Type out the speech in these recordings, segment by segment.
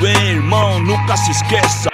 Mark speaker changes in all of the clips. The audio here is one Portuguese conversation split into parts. Speaker 1: Ei, irmão, nunca se esqueça.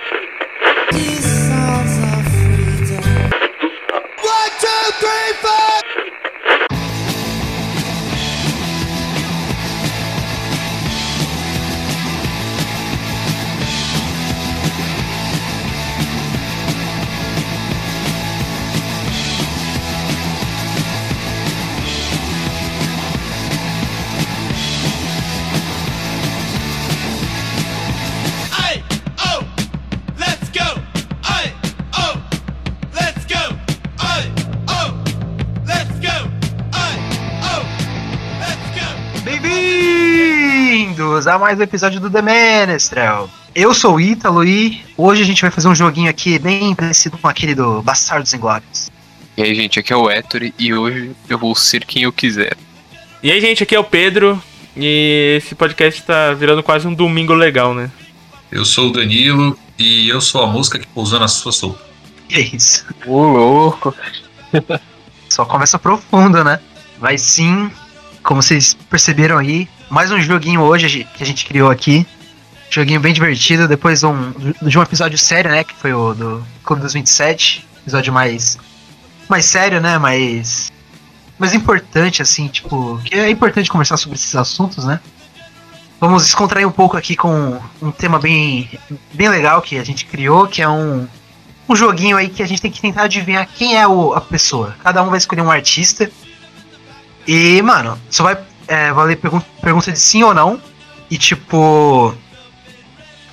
Speaker 2: Bem-vindos a mais um episódio do The Menestrel. Eu sou o Ítalo e hoje a gente vai fazer um joguinho aqui bem parecido com aquele do Bastardos Inglórios.
Speaker 3: E aí, gente, aqui é o Ettore e hoje eu vou ser quem eu quiser.
Speaker 4: E aí, gente, aqui é o Pedro e esse podcast tá virando quase um domingo legal, né?
Speaker 5: Eu sou o Danilo e eu sou a mosca que pousou na sua sopa.
Speaker 2: Que é isso?
Speaker 3: Ô, louco.
Speaker 2: Só conversa profunda, né? Vai sim, como vocês perceberam aí, mais um joguinho hoje que a gente criou aqui. Joguinho bem divertido, depois um, de um episódio sério, né? Que foi o do Clube dos 27. Episódio mais. Mais sério, né? Mais. Mais importante, assim, tipo. Que é importante conversar sobre esses assuntos, né? Vamos descontrair um pouco aqui com um tema bem, bem legal que a gente criou, que é um, um joguinho aí que a gente tem que tentar adivinhar quem é o, a pessoa. Cada um vai escolher um artista. E, mano, só vai é, valer pergun pergunta de sim ou não. E, tipo.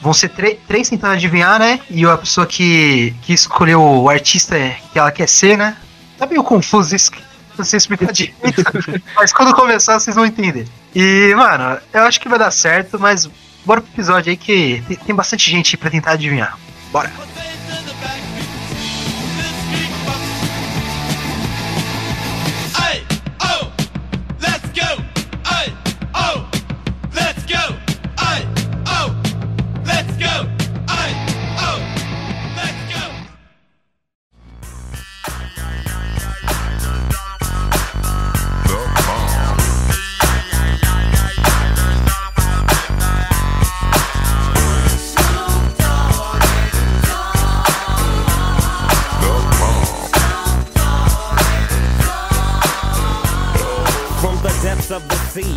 Speaker 2: Vão ser três tentando adivinhar, né? E a pessoa que, que escolheu o artista é, que ela quer ser, né? Tá meio confuso isso. Não sei explicar direito. mas quando começar, vocês vão entender. E, mano, eu acho que vai dar certo, mas bora pro episódio aí que tem, tem bastante gente pra tentar adivinhar. Bora!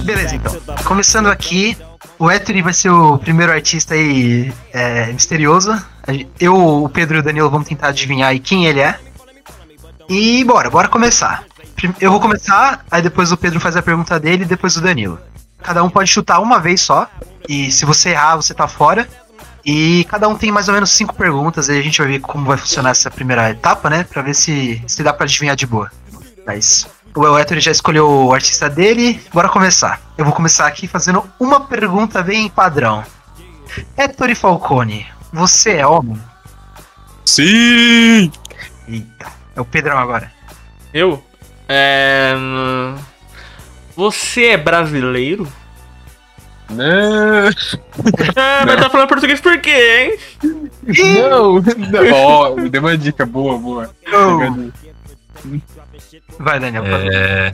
Speaker 2: Beleza, então. Começando aqui, o Ettore vai ser o primeiro artista aí é, misterioso. Eu, o Pedro e o Danilo vamos tentar adivinhar aí quem ele é. E bora, bora começar. Eu vou começar, aí depois o Pedro faz a pergunta dele e depois o Danilo. Cada um pode chutar uma vez só. E se você errar, você tá fora. E cada um tem mais ou menos cinco perguntas, aí a gente vai ver como vai funcionar essa primeira etapa, né? Pra ver se, se dá pra adivinhar de boa. É isso. O Héctor já escolheu o artista dele, bora começar. Eu vou começar aqui fazendo uma pergunta bem padrão. Héctor Falcone, você é homem?
Speaker 4: Sim!
Speaker 2: Eita, é o Pedrão agora.
Speaker 4: Eu? É... Você é brasileiro?
Speaker 3: Não.
Speaker 4: Ah, mas tá falando português por quê, hein?
Speaker 3: Não, não. Ó, me deu uma dica boa, boa.
Speaker 2: Não. Vai, Daniel.
Speaker 5: É...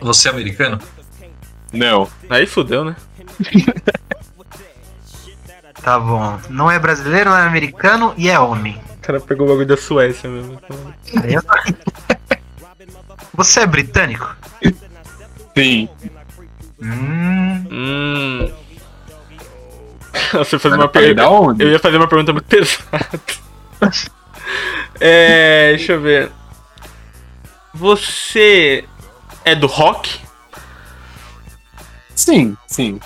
Speaker 5: Você é americano?
Speaker 3: Não.
Speaker 4: Aí fudeu, né?
Speaker 2: tá bom. Não é brasileiro, não é americano e é homem.
Speaker 4: O cara pegou o bagulho da Suécia mesmo.
Speaker 2: Você é britânico?
Speaker 3: Sim.
Speaker 2: Hum.
Speaker 4: hum. Você fez uma
Speaker 3: é
Speaker 4: pergunta. Eu ia fazer uma pergunta muito pesada. é, deixa eu ver. Você é do rock?
Speaker 3: Sim, sim.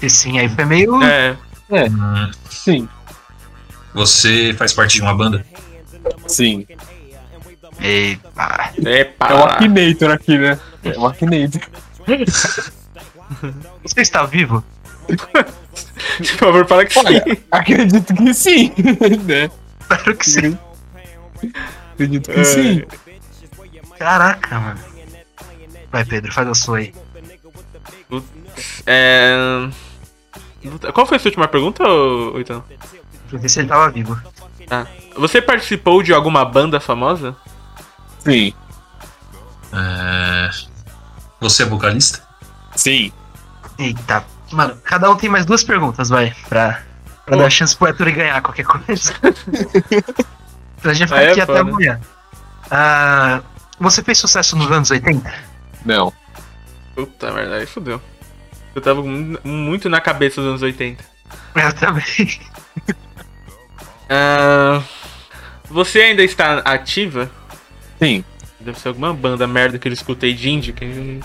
Speaker 2: E sim, aí foi meio.
Speaker 4: É.
Speaker 3: É. Sim.
Speaker 5: Você faz parte de uma banda?
Speaker 3: Sim.
Speaker 2: Eita.
Speaker 4: Epa.
Speaker 3: É o Akinator aqui, né? É o Akinator.
Speaker 2: Você está vivo?
Speaker 4: Por favor, fala que
Speaker 3: Olha,
Speaker 4: sim.
Speaker 3: acredito que sim. né?
Speaker 2: Claro que sim.
Speaker 3: Acredito que sim.
Speaker 2: Caraca, mano. Vai, Pedro, faz a sua aí.
Speaker 4: É... Qual foi a sua última pergunta, ou então?
Speaker 2: Pra ver se ele tava vivo.
Speaker 4: Você participou de alguma banda famosa?
Speaker 6: Sim.
Speaker 5: É, Você é vocalista?
Speaker 6: Sim.
Speaker 2: Eita. Mano, cada um tem mais duas perguntas, vai. Pra, pra dar chance pro Ettore ganhar qualquer coisa. então a gente vai
Speaker 4: Aí é
Speaker 2: ficar aqui até
Speaker 4: foda.
Speaker 2: amanhã. Ah, você fez sucesso nos anos 80?
Speaker 3: Não.
Speaker 4: Puta merda, aí fodeu. Eu tava mu- muito na cabeça dos anos 80.
Speaker 2: Eu também.
Speaker 4: Ah, você ainda está ativa?
Speaker 6: Sim.
Speaker 4: Deve ser alguma banda merda que eu escutei de indie. Que... eu-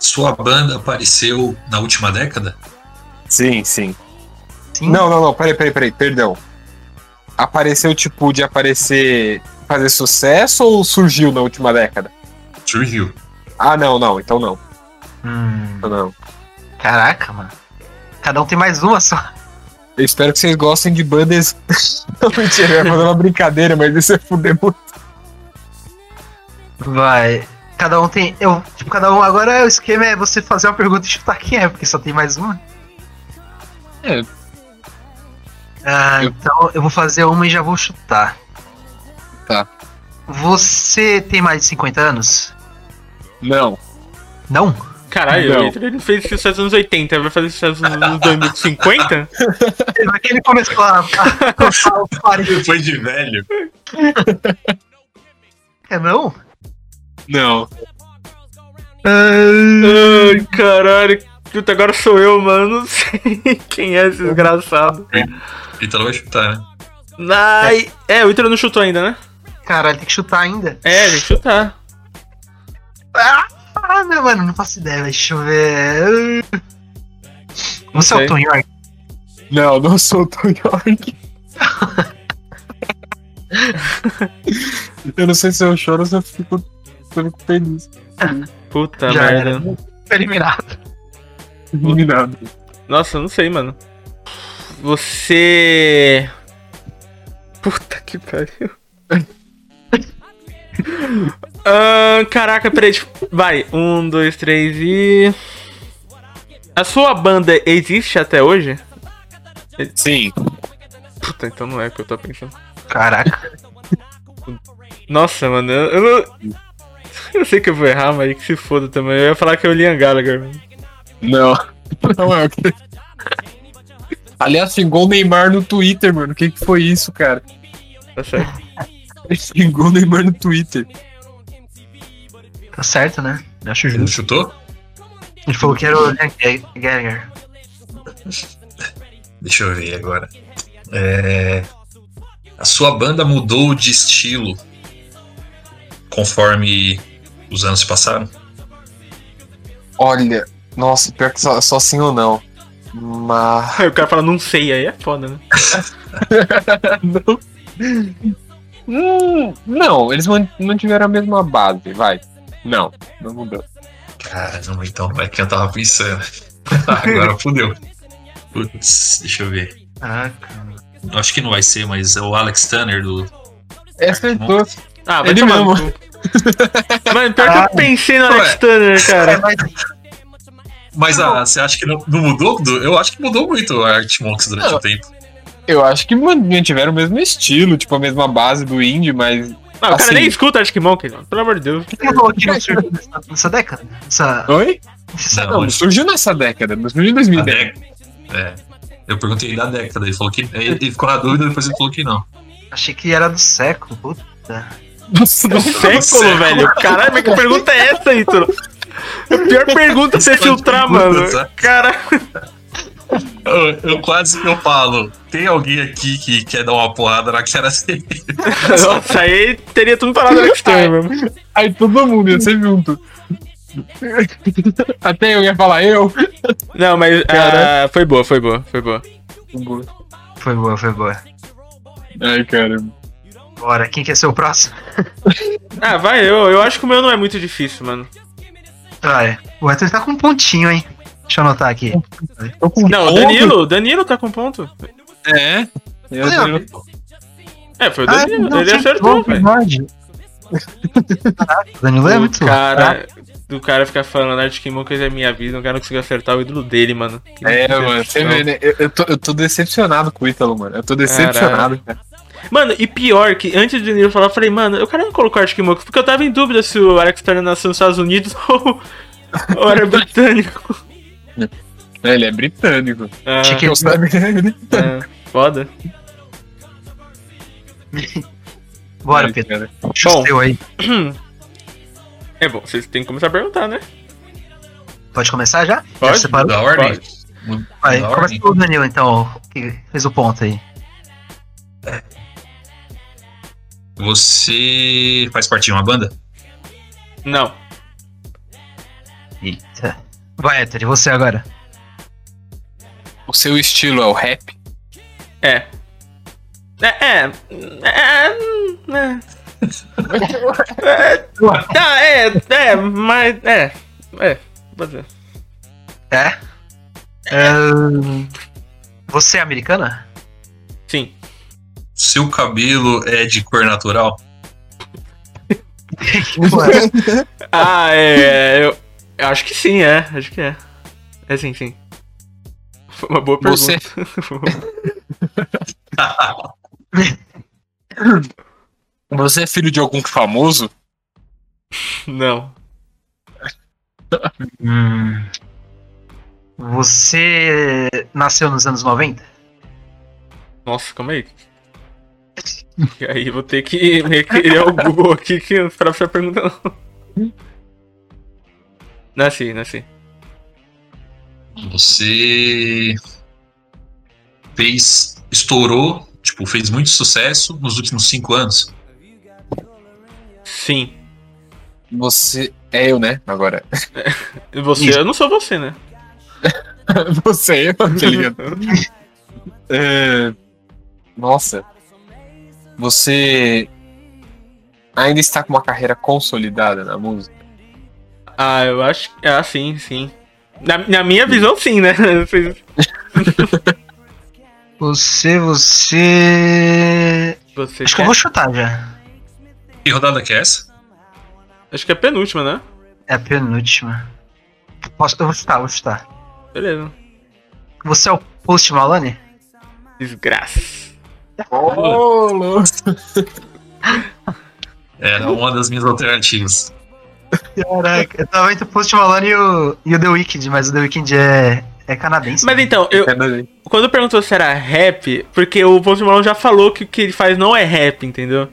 Speaker 5: Sua banda apareceu na última década?
Speaker 6: Sim, sim.
Speaker 2: Sim.
Speaker 6: Não, não, não. Peraí, peraí, peraí. Perdão. Apareceu, tipo, de aparecer. Fazer sucesso ou surgiu na última década?
Speaker 5: Surgiu.
Speaker 6: Ah, não, não. Então não.
Speaker 2: Hum,
Speaker 6: Então não.
Speaker 2: caraca, mano. Cada um tem mais uma só.
Speaker 6: Eu espero que vocês gostem de bandas. não, mentira, eu ia fazer uma brincadeira, mas isso é fuder muito.
Speaker 2: Vai. Cada um tem. Eu, tipo, cada um. Agora o esquema é você fazer uma pergunta e chutar quem é, porque só tem mais uma.
Speaker 3: É.
Speaker 2: Ah,
Speaker 3: Eu-
Speaker 2: então eu vou fazer uma e já vou chutar.
Speaker 3: Tá.
Speaker 2: Você tem mais de 50 anos?
Speaker 6: Não.
Speaker 2: Não?
Speaker 4: Caralho,
Speaker 6: Não.
Speaker 4: o Hitler ele fez sucesso nos anos 80, vai fazer sucesso nos anos 2050?
Speaker 2: Mas que ele começou a, a contar os 40.
Speaker 5: Foi de velho.
Speaker 2: É não?
Speaker 6: Não.
Speaker 4: Ai, caralho. Puta, agora sou eu, mano. Não sei quem é esse desgraçado.
Speaker 5: Então ela vai chutar, né?
Speaker 4: Ai. É, o Hitler não chutou ainda, né?
Speaker 2: Caralho, tem que chutar ainda.
Speaker 4: É, ele chutar.
Speaker 2: Ah, meu mano, não faço ideia, velho. deixa eu ver. Você é
Speaker 4: sei.
Speaker 2: o Tom York?
Speaker 6: Não, não sou o Tom York. eu não sei se eu choro ou se eu fico, se eu fico feliz.
Speaker 4: Puta
Speaker 2: Já
Speaker 4: merda.
Speaker 2: era. Eliminado.
Speaker 5: Uhum.
Speaker 6: Eliminado.
Speaker 4: Nossa, eu não sei, mano. Você. Puta que pariu. Ah, caraca, peraí. deixa- Vai, um, dois, três e. A sua banda existe até hoje?
Speaker 6: Sim.
Speaker 4: Puta, então não é o que eu tô pensando.
Speaker 2: Caraca.
Speaker 4: Nossa, mano, eu, eu não. Eu sei que eu vou errar, mas que se foda também. Eu ia falar que é o Liam Gallagher. mano.
Speaker 6: Não. Não é o que. Aliás, xingou o Neymar no Twitter, mano. O que, que foi isso, cara?
Speaker 4: Tá certo.
Speaker 6: Ele xingou o Neymar no Twitter.
Speaker 2: Tá certo, né? Eu acho
Speaker 5: Ele não
Speaker 2: justo.
Speaker 5: chutou?
Speaker 2: Ele falou que era o Liam Ge- Gallagher.
Speaker 5: Deixa eu ver agora. É, A sua banda mudou de estilo conforme os anos se passaram?
Speaker 6: Olha, nossa, pior que só, só sim ou não. Mas.
Speaker 4: Aí o cara fala, não sei, aí é foda, né?
Speaker 6: não. Hum, não, eles man- mantiveram a mesma base, vai. Não, não mudou.
Speaker 5: Caramba, então é que eu tava pensando. Tá, agora fudeu. Putz, deixa eu ver.
Speaker 2: Caraca.
Speaker 5: Eu Acho que não vai ser, mas é o Alex Tanner do.
Speaker 6: É acertou.
Speaker 4: Ah, vai
Speaker 6: Ele
Speaker 4: tomar no
Speaker 6: mesmo.
Speaker 4: cu. Mano, pior que eu pensei no Alex Turner, cara.
Speaker 2: É, mas
Speaker 5: Mas ah, você acha que não, não mudou? Do- Eu acho que mudou muito a Artmonks durante
Speaker 6: Não.
Speaker 5: o tempo.
Speaker 6: Eu acho que man- mantiveram o mesmo estilo, tipo, a mesma base do indie, mas.
Speaker 4: Não, Ah, o cara
Speaker 6: Assim.
Speaker 4: nem escuta Arctic Monkey, mano. Pelo amor de Deus.
Speaker 2: por que eu coloquei no surdo nessa, nessa década? Nessa,
Speaker 6: Oi?
Speaker 2: nessa-
Speaker 6: Não, surgiu nessa década, não surgiu em
Speaker 5: a
Speaker 6: 2010.
Speaker 5: década. É. Eu perguntei da década, ele falou que. Ele ficou na dúvida, depois ele falou que não.
Speaker 2: Achei que era do século. Puta.
Speaker 6: Nossa,
Speaker 4: Do século,
Speaker 5: século.
Speaker 4: velho. Caralho, mas que pergunta é essa, Ítalo? A pior pergunta é você filtrar,
Speaker 5: pergunta,
Speaker 4: mano.
Speaker 6: né?
Speaker 5: sabe?
Speaker 4: Cara,
Speaker 5: Eu, eu quase que eu falo. Tem alguém aqui que quer dar uma porrada na cara dele?
Speaker 4: nossa, aí teria tudo parado Alex Turner, mano.
Speaker 6: Aí todo mundo ia ser junto. Até eu ia falar eu.
Speaker 4: Não, mas ah, foi boa, foi boa, foi boa.
Speaker 2: Foi boa, foi boa.
Speaker 6: Ai, caramba.
Speaker 2: Bora, quem quer ser o próximo?
Speaker 4: Ah, vai, eu, eu acho que o meu não é muito difícil, mano.
Speaker 2: Vai. O Arthur tá com um pontinho, hein? Deixa eu anotar aqui.
Speaker 6: Tô com
Speaker 4: Não, o Danilo, o Danilo tá com ponto.
Speaker 6: É. Eu,
Speaker 2: Não.
Speaker 6: eu-
Speaker 4: É, foi o
Speaker 2: Ah,
Speaker 4: Danilo,
Speaker 2: não,
Speaker 4: ele
Speaker 2: você
Speaker 4: acertou,
Speaker 2: entrou,
Speaker 4: velho.
Speaker 2: verdade. Caraca, o Danilo é muito.
Speaker 4: Cara, do cara ficar falando, ah, de que Monkeys é minha vida, não quero conseguir acertar o ídolo dele, mano. Que
Speaker 6: É, mano, você
Speaker 4: decepção.
Speaker 6: vê, né? Eu, eu tô, eu tô decepcionado com o Ítalo, mano. Eu tô decepcionado, cara.
Speaker 4: Mano, e pior que antes do Niro falar, eu falei, mano, eu quero não colocar o Arquimonkeys, porque eu tava em dúvida se o Alex Turner nasceu nos Estados Unidos ou, ou era britânico.
Speaker 6: É, Ele é britânico.
Speaker 4: Ah,
Speaker 2: Tinha que-
Speaker 6: Eu sabe que ele é britânico,
Speaker 4: é, foda.
Speaker 2: Bora, Pedro.
Speaker 6: cara.
Speaker 2: Puxa o
Speaker 4: Bom.
Speaker 2: seu aí.
Speaker 4: É bom, vocês têm que começar a perguntar, né?
Speaker 2: Pode começar já?
Speaker 4: Pode.
Speaker 2: Já separou?
Speaker 5: Da ordem. Mu-
Speaker 2: Vai,
Speaker 5: da
Speaker 2: começa
Speaker 5: ordem.
Speaker 2: pelo Danilo, então, que fez o ponto aí.
Speaker 5: Você faz parte de uma banda?
Speaker 4: Não.
Speaker 2: Eita. Vai, Héctor, e você agora?
Speaker 3: O seu estilo é o rap?
Speaker 4: É. É, é. É. É. é, Tá, é, é, mas. É. É. pode ser.
Speaker 2: É? Ahn, Você é americana?
Speaker 4: Sim.
Speaker 5: Seu cabelo é de cor natural?
Speaker 2: Ué,
Speaker 4: Ah, é. Eu, eu acho que sim, é. Acho que é. É sim, sim. Foi uma boa pergunta.
Speaker 3: Você-
Speaker 6: Você é filho de algum famoso?
Speaker 4: Não.
Speaker 2: hum, Você nasceu nos anos 90?
Speaker 4: Nossa, calma aí. E aí, vou ter que requerer o Google aqui que, pra você pergunta, não. Nasci, nasci.
Speaker 5: Você fez. estourou, tipo, fez muito sucesso nos últimos cinco anos.
Speaker 4: Sim.
Speaker 6: Você. É eu, né? Agora.
Speaker 4: E Você,
Speaker 2: Isso.
Speaker 4: eu não sou você, né?
Speaker 6: Você é eu, tá ligado? É, Nossa. Você. Ainda está com uma carreira consolidada na música?
Speaker 4: Ah, eu acho que. Ah, sim, sim. Na, na minha visão, sim, né?
Speaker 2: Você,
Speaker 4: Vocês-
Speaker 2: você.
Speaker 4: Você
Speaker 2: Acho que eu
Speaker 4: quer-
Speaker 2: vou chutar já.
Speaker 5: Que rodada que é essa?
Speaker 4: acho que é a penúltima, né?
Speaker 2: É a penúltima. Posso... Eu vou chutar, vou chutar.
Speaker 4: Beleza.
Speaker 2: Você é o Post Malone?
Speaker 4: Desgraça.
Speaker 6: Oh, louco.
Speaker 5: Era É, uma das minhas alternativas.
Speaker 2: Caraca, eu tava entre o Post Malone e o, e o The Weeknd, mas o The Weeknd é, é canadense.
Speaker 4: Mas então, eu, quando perguntou se era rap, porque o Post Malone já falou que o que ele faz não é rap, entendeu?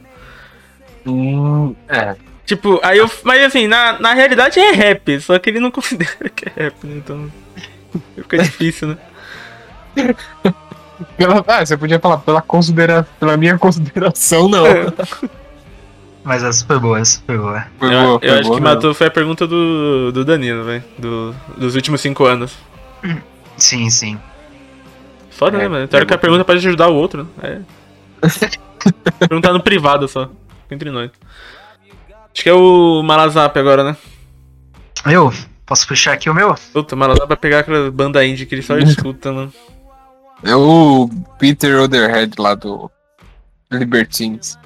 Speaker 6: Hum, é.
Speaker 4: Tipo, aí eu. Mas assim, na, na realidade é rap, só que ele não considera que é rap, né? Então. Fica difícil, né?
Speaker 6: Pela- ah, você podia falar pela, considera... pela minha consideração, não.
Speaker 4: É,
Speaker 2: Mas é super boa, é super boa.
Speaker 6: Foi
Speaker 4: eu
Speaker 6: boa,
Speaker 4: eu
Speaker 6: foi
Speaker 4: acho
Speaker 6: boa
Speaker 4: que
Speaker 6: mesmo.
Speaker 4: matou foi a pergunta do, do Danilo, velho. Do, dos últimos cinco anos.
Speaker 2: Sim, sim.
Speaker 4: Foda,
Speaker 6: É,
Speaker 4: né, mano? Teoria que a pergunta pode ajudar o outro, né? É. Perguntar no privado só. Entre nós. Acho que é o Malazap agora, né?
Speaker 2: Eu? Posso puxar aqui o meu?
Speaker 4: Puta, o Malazap vai pegar aquela banda indie que ele só escuta, mano.
Speaker 6: É o Peter Otherhead lá do Libertines.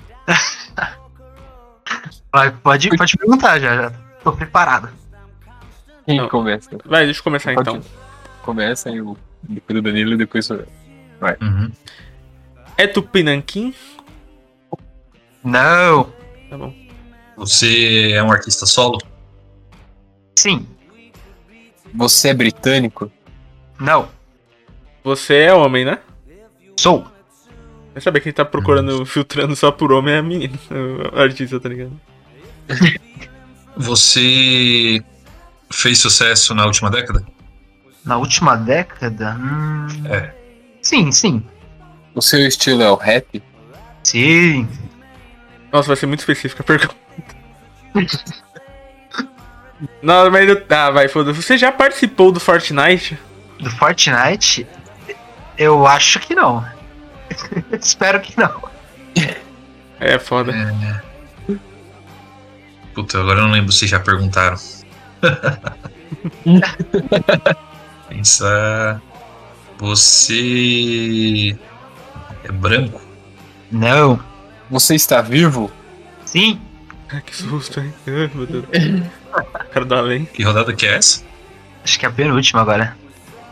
Speaker 2: Vai, pode, pode perguntar já, já. Tô preparado.
Speaker 6: Quem
Speaker 4: Não.
Speaker 6: começa?
Speaker 4: Vai, deixa eu começar então.
Speaker 6: Começa aí o depois do Danilo e depois sou eu.
Speaker 5: Uhum.
Speaker 4: É Tupinanquim?
Speaker 2: Não.
Speaker 4: Tá bom.
Speaker 5: Você é um artista solo?
Speaker 2: Sim.
Speaker 6: Você é britânico?
Speaker 2: Não.
Speaker 4: Você é homem, né?
Speaker 2: Sou.
Speaker 4: Vai saber quem tá procurando, filtrando só por homem é a menina, o artista, tá ligado?
Speaker 5: Você fez sucesso na última década?
Speaker 2: Na última década? Hum...
Speaker 5: É.
Speaker 2: Sim, sim.
Speaker 6: O seu estilo é o rap?
Speaker 2: Sim.
Speaker 4: Nossa, vai ser muito específica a pergunta. Não, mas eu... Ah, vai, foda-se. Você já participou do Fortnite?
Speaker 2: Do Fortnite? Eu acho que não. Espero que não.
Speaker 4: É foda.
Speaker 5: Puta, agora eu não lembro se já perguntaram. Pensar. Você é branco?
Speaker 2: Não.
Speaker 6: Você está vivo?
Speaker 2: Sim.
Speaker 4: Ai, que susto, hein? Ai, meu Deus. cara do além.
Speaker 5: Que rodada que é essa?
Speaker 2: Acho que é a penúltima agora.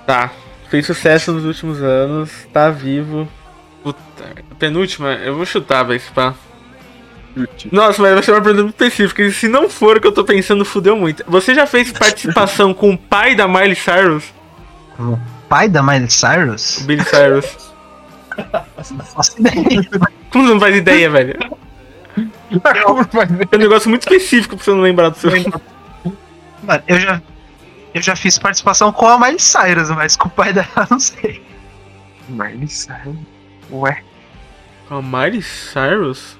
Speaker 4: Tá. Fez sucesso nos últimos anos, tá vivo. Puta, a penúltima, eu vou chutar, velho, se pá. Nossa, mas vai ser uma pergunta muito específica. E se não for o que eu tô pensando, fudeu muito. Você já fez participação com o pai da Miley Cyrus?
Speaker 2: Com o pai da Miley
Speaker 4: O
Speaker 2: Cyrus?
Speaker 4: Billy Cyrus.
Speaker 2: Nossa, ideia.
Speaker 4: Como você não faz ideia, velho? É um negócio muito específico pra você não lembrar do seu.
Speaker 2: Mano, eu já, eu já fiz participação com a Miley Cyrus, mas com o pai dela, não sei.
Speaker 6: Miley Cyrus. Ué.
Speaker 4: Com a Miley Cyrus?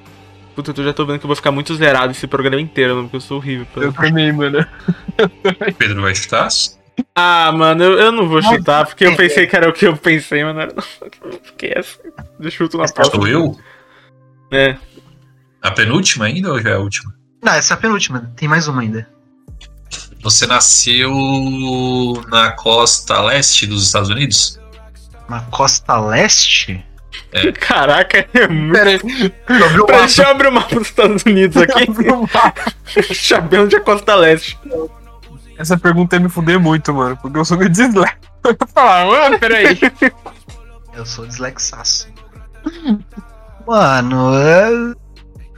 Speaker 4: Puta, eu tô- já tô vendo que eu vou ficar muito zerado esse programa inteiro, mano, porque eu sou horrível. pra-
Speaker 6: Eu também, mano.
Speaker 5: Pedro vai chutar?
Speaker 4: Ah, mano, eu, eu não vou chutar, porque eu pensei que era o que eu pensei, mas não era. Esquece. Deixa eu chutar na próxima.
Speaker 5: Sou eu?
Speaker 4: É.
Speaker 5: A penúltima ainda ou já é a última?
Speaker 2: Não, essa é a penúltima, tem mais uma ainda.
Speaker 5: Você nasceu na costa leste dos Estados Unidos?
Speaker 2: Na Costa Leste?
Speaker 4: Caraca, é muito.
Speaker 6: Pera aí.
Speaker 2: Sobre o
Speaker 4: Peraí,
Speaker 2: mapa.
Speaker 4: deixa eu abrir o mapa dos Estados Unidos aqui. Deixa eu abrir onde é Costa Leste.
Speaker 6: Essa pergunta ia me fuder muito, mano. Porque eu sou meio disléxico. Eu ia falar, mano, peraí.
Speaker 2: Eu sou dislexaço. Mano, é...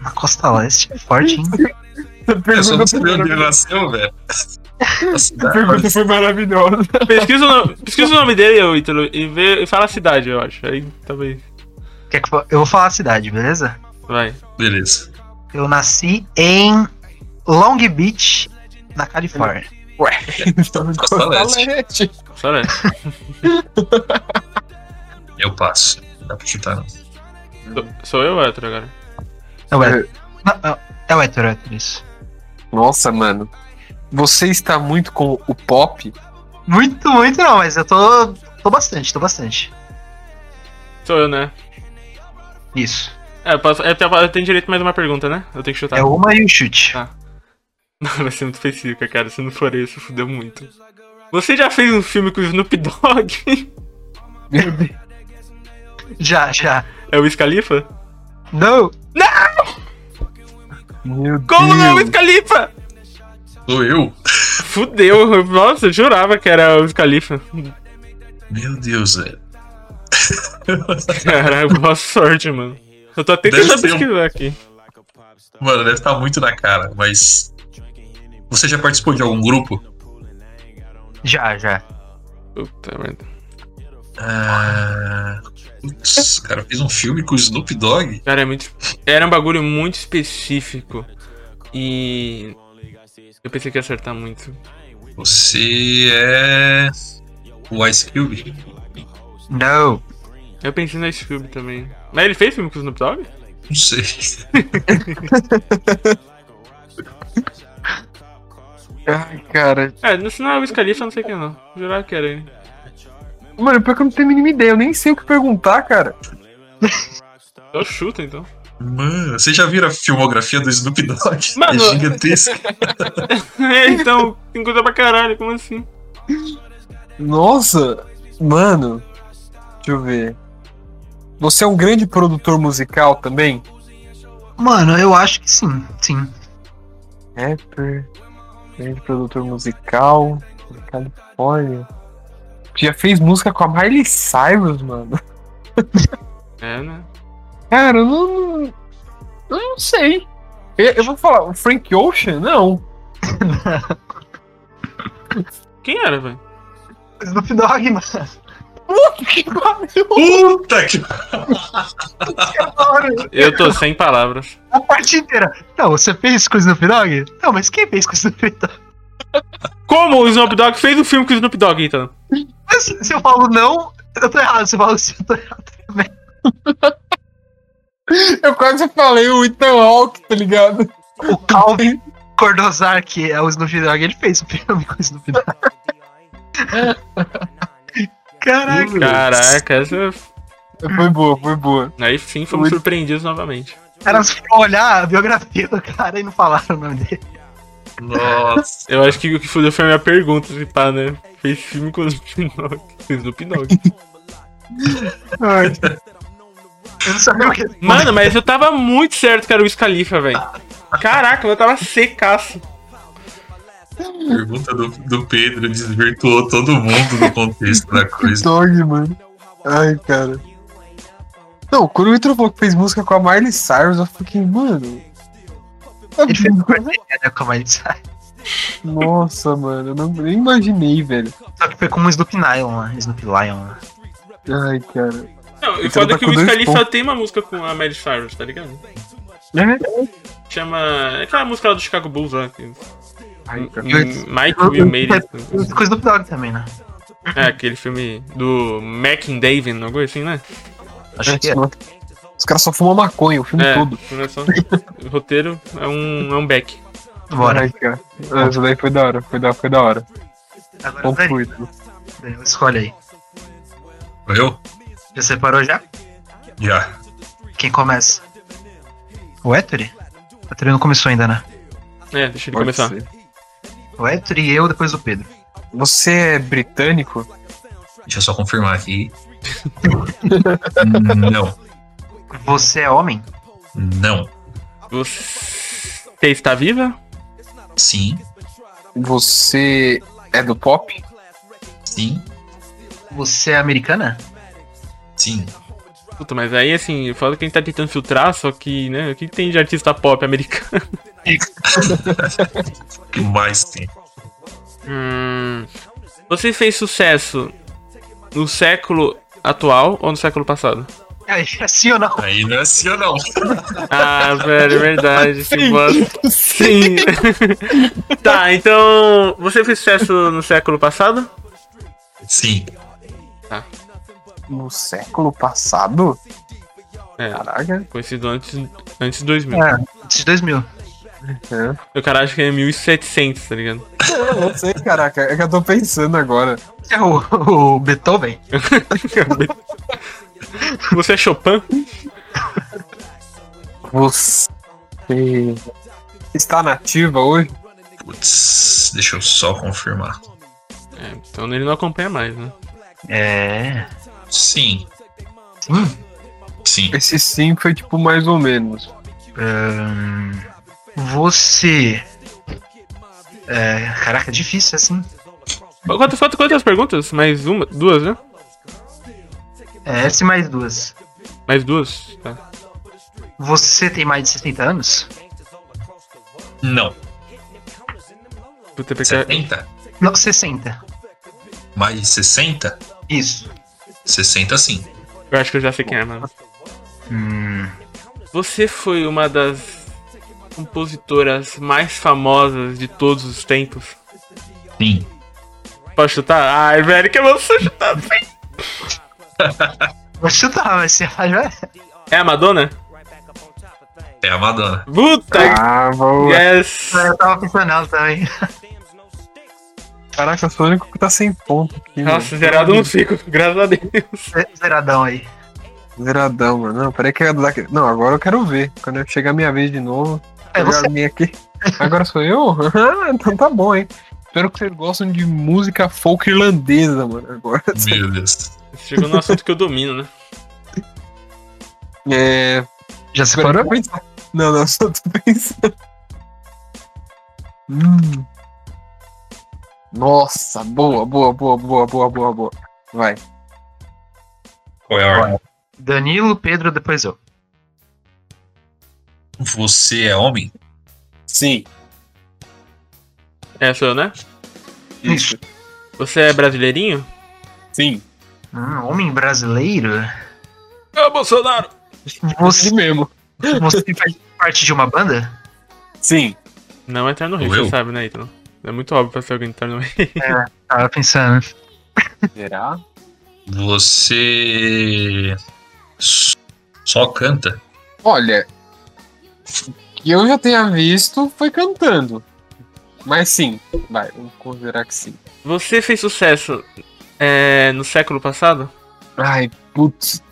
Speaker 2: na Costa Leste é forte, hein?
Speaker 6: Essa
Speaker 5: Eu só
Speaker 6: pergunta,
Speaker 5: não sabia
Speaker 6: foi
Speaker 5: onde ele
Speaker 6: maravilhosa.
Speaker 5: nasceu, velho. A
Speaker 6: Essa
Speaker 5: cidade,
Speaker 6: pergunta foi maravilhosa.
Speaker 4: Pesquisa o nome, pesquisa o nome dele, ô, Ítalo, e, vê- e fala a cidade, eu acho. Aí talvez.
Speaker 2: Quer que eu fa- eu vou falar a cidade, beleza?
Speaker 4: Vai.
Speaker 5: Beleza.
Speaker 2: Eu nasci em Long Beach, na Califórnia.
Speaker 6: Estamos
Speaker 5: Costa Leste.
Speaker 4: Costa Leste.
Speaker 5: Eu passo. Não dá pra chutar, não.
Speaker 4: Sou- Sou eu, hétero, agora.
Speaker 2: É o hétero. Não, não, É o hétero, é o hétero, isso.
Speaker 6: Nossa, mano. Você está muito com o pop?
Speaker 2: Muito, muito não, mas eu tô, tô bastante, tô bastante.
Speaker 4: Sou eu, né?
Speaker 2: Isso.
Speaker 4: É, eu, posso, é, eu tenho- eu tenho direito a mais uma pergunta, né? Eu tenho que chutar.
Speaker 2: É uma e o chute.
Speaker 4: Tá. Não, vai ser muito específica, cara. Se não for isso, fudeu muito. Você já fez um filme com o Snoop Dogg?
Speaker 6: Meu Deus.
Speaker 2: Já, já.
Speaker 4: É o Scalifa?
Speaker 2: Não!
Speaker 6: Meu
Speaker 4: Como não é o
Speaker 6: Deus.
Speaker 4: Scalifa?
Speaker 5: Sou eu?
Speaker 4: Fudeu. Nossa, eu jurava que era o Scalifa.
Speaker 5: Meu Deus, velho.
Speaker 4: Caralho, boa sorte, mano. Eu tô até
Speaker 5: Deve
Speaker 4: tentando
Speaker 5: ser um-
Speaker 4: pesquisar aqui.
Speaker 5: Mano, deve estar muito na cara, mas. Você já participou de algum grupo?
Speaker 2: Já, já.
Speaker 4: Puta merda.
Speaker 5: Ah. Putz, cara, fez um filme com o Snoop Dogg?
Speaker 4: Cara, é muito... era um bagulho muito específico. E. Eu pensei que ia acertar muito.
Speaker 5: Você é. O Ice Cube?
Speaker 2: Não.
Speaker 4: Eu pensei no Ice Cube também. Mas ele fez filme com o Snoop Dogg?
Speaker 5: Não sei.
Speaker 6: Ai, cara.
Speaker 4: É, no- se não é o Scalifa, eu não sei quem é, não. Jurava que era ele.
Speaker 6: Mano, pior que eu não tenho a mínima ideia. Eu nem sei o que perguntar, cara.
Speaker 4: Eu chuto, então.
Speaker 5: Mano, vocês já viram a filmografia do Snoop Dogg?
Speaker 4: Mano.
Speaker 5: É gigantesca.
Speaker 4: É, então, tem coisa pra caralho, como assim?
Speaker 6: Nossa. Mano. Deixa eu ver. Você é um grande produtor musical também?
Speaker 2: Mano, eu acho que sim, sim.
Speaker 6: Rapper. Grande produtor musical. da Califórnia. Já fez música com a Miley Cyrus, mano.
Speaker 4: É, né?
Speaker 6: Cara, eu não. não- Eu não sei. Eu, eu vou falar, o Frank Ocean? Não.
Speaker 4: Quem era, velho?
Speaker 2: Snoop Dogg, mano.
Speaker 5: Puta que.
Speaker 4: Eu tô sem palavras.
Speaker 2: A parte inteira. Não, você fez com o Snoop Dogg? Não, mas quem fez com o Snoop Dogg?
Speaker 4: Como o Snoop Dogg fez o filme com o Snoop Dogg, então?
Speaker 2: Mas se eu falo não, eu tô errado. Se eu falo sim, eu tô errado.
Speaker 6: Eu quase falei o Ethan Hawke, tá ligado?
Speaker 2: O Calvin Cordozar, que é o Snoop Dogg, ele fez o filme com o Snoop Dogg. Caraca.
Speaker 4: Caraca, essa...
Speaker 6: Foi boa, foi boa.
Speaker 4: aí sim fomos
Speaker 6: Muito.
Speaker 4: surpreendidos novamente.
Speaker 2: Os caras foram olhar a biografia do cara e não falaram o nome dele.
Speaker 5: Nossa.
Speaker 4: Eu acho que o que fudeu foi a minha pergunta, se pá, né? Fez filme com o Snoop Dogg. Com o Snoop Dogg.
Speaker 2: Eu não sabia o que.
Speaker 4: Mano, mas eu tava muito certo que era o Scalifa, velho. Caraca, eu tava secaço.
Speaker 5: Pergunta do, do Pedro desvirtuou todo mundo do contexto da
Speaker 6: Que
Speaker 5: coisa.
Speaker 6: dog, mano. Ai, cara. Não, quando o Vitor falou que fez música com a Miley Cyrus, eu fiquei, mano.
Speaker 2: Ele fez uma parceria, né, com a Miley Cyrus.
Speaker 6: Nossa, mano, eu não, nem imaginei, velho.
Speaker 2: Só que foi com o Snoop Lion, né? Snoop Lion. né?
Speaker 6: Ai, cara.
Speaker 4: Não, e
Speaker 6: Então
Speaker 4: foda é
Speaker 6: tá
Speaker 4: que
Speaker 6: com
Speaker 4: o Wiz
Speaker 6: dois
Speaker 4: Khalifa
Speaker 6: pontos.
Speaker 4: tem uma música com a Mary Cyrus, tá ligado? Chama. é Aquela música lá do Chicago Bulls lá. que-
Speaker 6: Ai, cara.
Speaker 4: Hum, Mike Will Made
Speaker 2: Com o
Speaker 4: It.
Speaker 2: Snoop Dogg também, né?
Speaker 4: É, alguma filme do Mac and David, alguma coisa assim, né?
Speaker 2: Acho que é.
Speaker 6: Nossa. Os caras só fumam maconha o filme
Speaker 4: É,
Speaker 6: todo.
Speaker 4: não é só- o roteiro é um, é um back.
Speaker 2: Bora.
Speaker 6: Ai, cara. Essa daí foi da hora, foi da, foi da hora.
Speaker 2: Agora, Daniel,
Speaker 6: Concluído.
Speaker 2: Daniel, escolhe aí.
Speaker 5: Eu?
Speaker 2: Já separou já?
Speaker 5: Já.
Speaker 2: Quem começa? O Ettore? O Ettore não começou ainda, né?
Speaker 4: É, deixa ele
Speaker 6: Pode
Speaker 4: começar.
Speaker 6: ser.
Speaker 2: O Ettore e eu, depois o Pedro.
Speaker 6: Você é britânico?
Speaker 5: Deixa eu só confirmar aqui. não.
Speaker 2: Você é homem?
Speaker 5: Não.
Speaker 4: Você está viva?
Speaker 5: Sim.
Speaker 6: Você é do pop?
Speaker 5: Sim.
Speaker 2: Você é americana?
Speaker 5: Sim.
Speaker 4: Puta, mas aí assim, foda que a gente tá tentando filtrar, só que, né, o que tem de artista pop americano?
Speaker 5: O que mais tem?
Speaker 4: Hum, você fez sucesso no século atual ou no século passado?
Speaker 2: É, é sim ou não?
Speaker 5: Aí não é assim ou não.
Speaker 4: Ah, velho, é verdade. Que bosta. Sim. tá, então. Você fez sucesso no século passado?
Speaker 5: Sim.
Speaker 6: No século passado?
Speaker 4: É.
Speaker 6: Caraca.
Speaker 4: Conhecido antes, antes de 2000.
Speaker 2: É, antes de 2000.
Speaker 6: É.
Speaker 4: O cara acha que é 1700, tá ligado?
Speaker 6: Eu não sei, caraca. É que eu tô pensando agora.
Speaker 2: É o, o Beethoven?
Speaker 4: Você é Chopin?
Speaker 6: Você está nativa hoje?
Speaker 5: Putz, deixa eu só confirmar.
Speaker 4: É, então ele não acompanha mais, né?
Speaker 2: É.
Speaker 5: Sim.
Speaker 2: Sim.
Speaker 5: Sim.
Speaker 6: Esse sim foi tipo mais ou menos.
Speaker 2: Ahn, você. É, caraca, é difícil assim.
Speaker 4: Quantas, quantas, quantas perguntas? Mais uma? Duas, né?
Speaker 2: É, esse mais duas.
Speaker 4: Mais duas? Tá.
Speaker 2: Você tem mais de 60 anos?
Speaker 5: Não.
Speaker 4: Puta, porque...
Speaker 5: 70?
Speaker 2: Não, 60.
Speaker 5: Mais de 60?
Speaker 2: Isso.
Speaker 5: 60 sim.
Speaker 4: Eu acho que eu já sei quem é, mano.
Speaker 2: Hum,
Speaker 4: Você foi uma das compositoras mais famosas de todos os tempos.
Speaker 5: Sim.
Speaker 4: Pode chutar? Ai, velho, que emoção chutar.
Speaker 2: vou chutar, mas você tá, já
Speaker 4: É a Madonna?
Speaker 5: É a Madonna.
Speaker 4: Puta!
Speaker 6: Ah, vou...
Speaker 4: Yes!
Speaker 2: eu tava pensando nela também.
Speaker 6: Caraca, eu sou o único que tá sem ponto aqui.
Speaker 4: Nossa, zerado um fico, graças a Deus.
Speaker 2: Zeradão aí.
Speaker 6: mano. Zeradão, mano. Não, peraí que eu... daqui- Não, agora eu quero ver. Quando eu chegar a minha vez de novo,
Speaker 2: É,
Speaker 6: pegar
Speaker 2: você-
Speaker 6: a minha aqui. Agora sou eu? Ah, então tá bom, hein? Espero que vocês gostem de música folk irlandesa, mano. Agora.
Speaker 5: Meu Deus.
Speaker 4: Chegou no assunto que eu domino, né?
Speaker 6: É.
Speaker 2: Já se
Speaker 6: Agora eu vou
Speaker 2: parou?
Speaker 6: pensar. Não, não, só tô pensando. Hum. Nossa, boa, boa, boa, boa, boa, boa, boa. Vai.
Speaker 5: Qual é a ordem?
Speaker 2: Danilo, Pedro, depois eu.
Speaker 5: Você é homem?
Speaker 6: Sim.
Speaker 4: É, sou eu, né?
Speaker 2: Isso.
Speaker 4: Você é brasileirinho?
Speaker 6: Sim.
Speaker 2: Hum, homem brasileiro?
Speaker 4: É o Bolsonaro!
Speaker 2: Você,
Speaker 6: mesmo.
Speaker 2: você faz parte de uma banda?
Speaker 6: Sim.
Speaker 4: Não é Terno Rei,
Speaker 5: Sou eu?
Speaker 4: você sabe, né, Ítalo? É muito óbvio pra ser alguém de Terno Rei.
Speaker 2: Tava pensando.
Speaker 6: Será?
Speaker 5: Você só canta?
Speaker 6: Olha, que eu já tenha visto foi cantando. Mas sim, vai, vamos considerar que sim.
Speaker 4: Você fez sucesso é, no século passado?
Speaker 6: Ai, putz.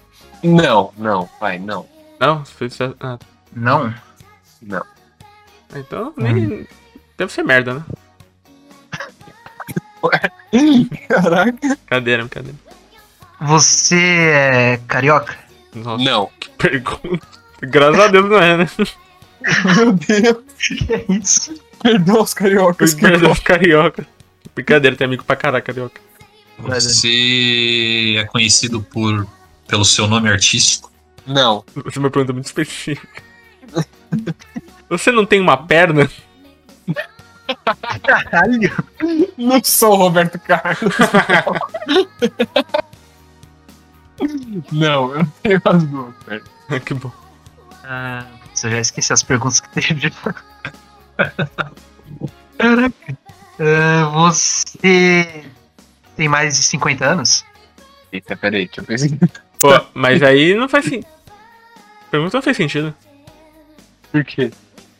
Speaker 6: Não, não, vai, não.
Speaker 4: Não? Você fez sucesso. Ah,
Speaker 2: Não?
Speaker 4: tá. então nem.
Speaker 5: Hum.
Speaker 4: Deve ser merda, né?
Speaker 6: Caraca.
Speaker 4: Cadeira, brincadeira.
Speaker 2: Você é carioca?
Speaker 4: Nossa,
Speaker 6: Não.
Speaker 4: que pergunta. Graças a Deus não é, né?
Speaker 6: Meu Deus,
Speaker 2: Que é isso?
Speaker 6: perdoa os cariocas.
Speaker 4: Brincadeira, carioca. Brincadeira, tem amigo pra caralho, carioca.
Speaker 5: é. Você é conhecido por, pelo seu nome artístico?
Speaker 6: Não.
Speaker 4: Essa é uma pergunta muito específica. Você não tem uma perna?
Speaker 2: Caralho.
Speaker 6: Não sou o Roberto Carlos. Não, eu tenho as duas. velho.
Speaker 4: que bom.
Speaker 2: Ah, eu já esqueci as perguntas que teve. Caraca. Ah, você tem mais de 50 anos?
Speaker 3: Eita, peraí, deixa eu ver se-
Speaker 4: Pô, mas aí não faz sentido. Pergunta não fez sentido.
Speaker 6: Por quê?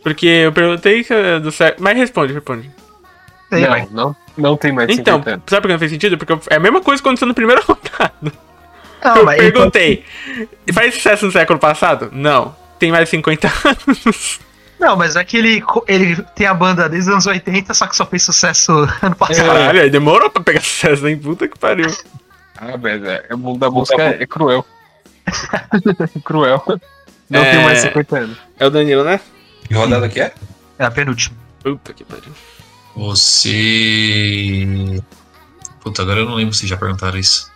Speaker 4: Porque eu perguntei se é do século. Mas responde, responde.
Speaker 2: Tem,
Speaker 6: não,
Speaker 2: vai.
Speaker 6: não, não tem mais de
Speaker 4: Então,
Speaker 6: 50 anos.
Speaker 4: sabe por que não fez sentido? Porque é a mesma coisa que aconteceu no primeiro rodado.
Speaker 2: Não,
Speaker 4: eu
Speaker 2: mas-
Speaker 4: perguntei. Faz sucesso no século passado? Não. Tem mais de 50 anos.
Speaker 2: Não, mas é que ele, co- ele tem a banda desde os anos 80, só que só fez sucesso ano passado.
Speaker 4: Caralho, aí demorou pra pegar sucesso, hein? Puta que pariu.
Speaker 6: Ah, mas é, o mundo da música é cruel. É cruel. Não
Speaker 4: É.
Speaker 6: tem mais 50 anos.
Speaker 4: É o Danilo, né?
Speaker 5: Que rodada que é?
Speaker 2: É a penúltima.
Speaker 4: Puta que pariu.
Speaker 5: Você. Puta, agora eu não lembro se já perguntaram isso.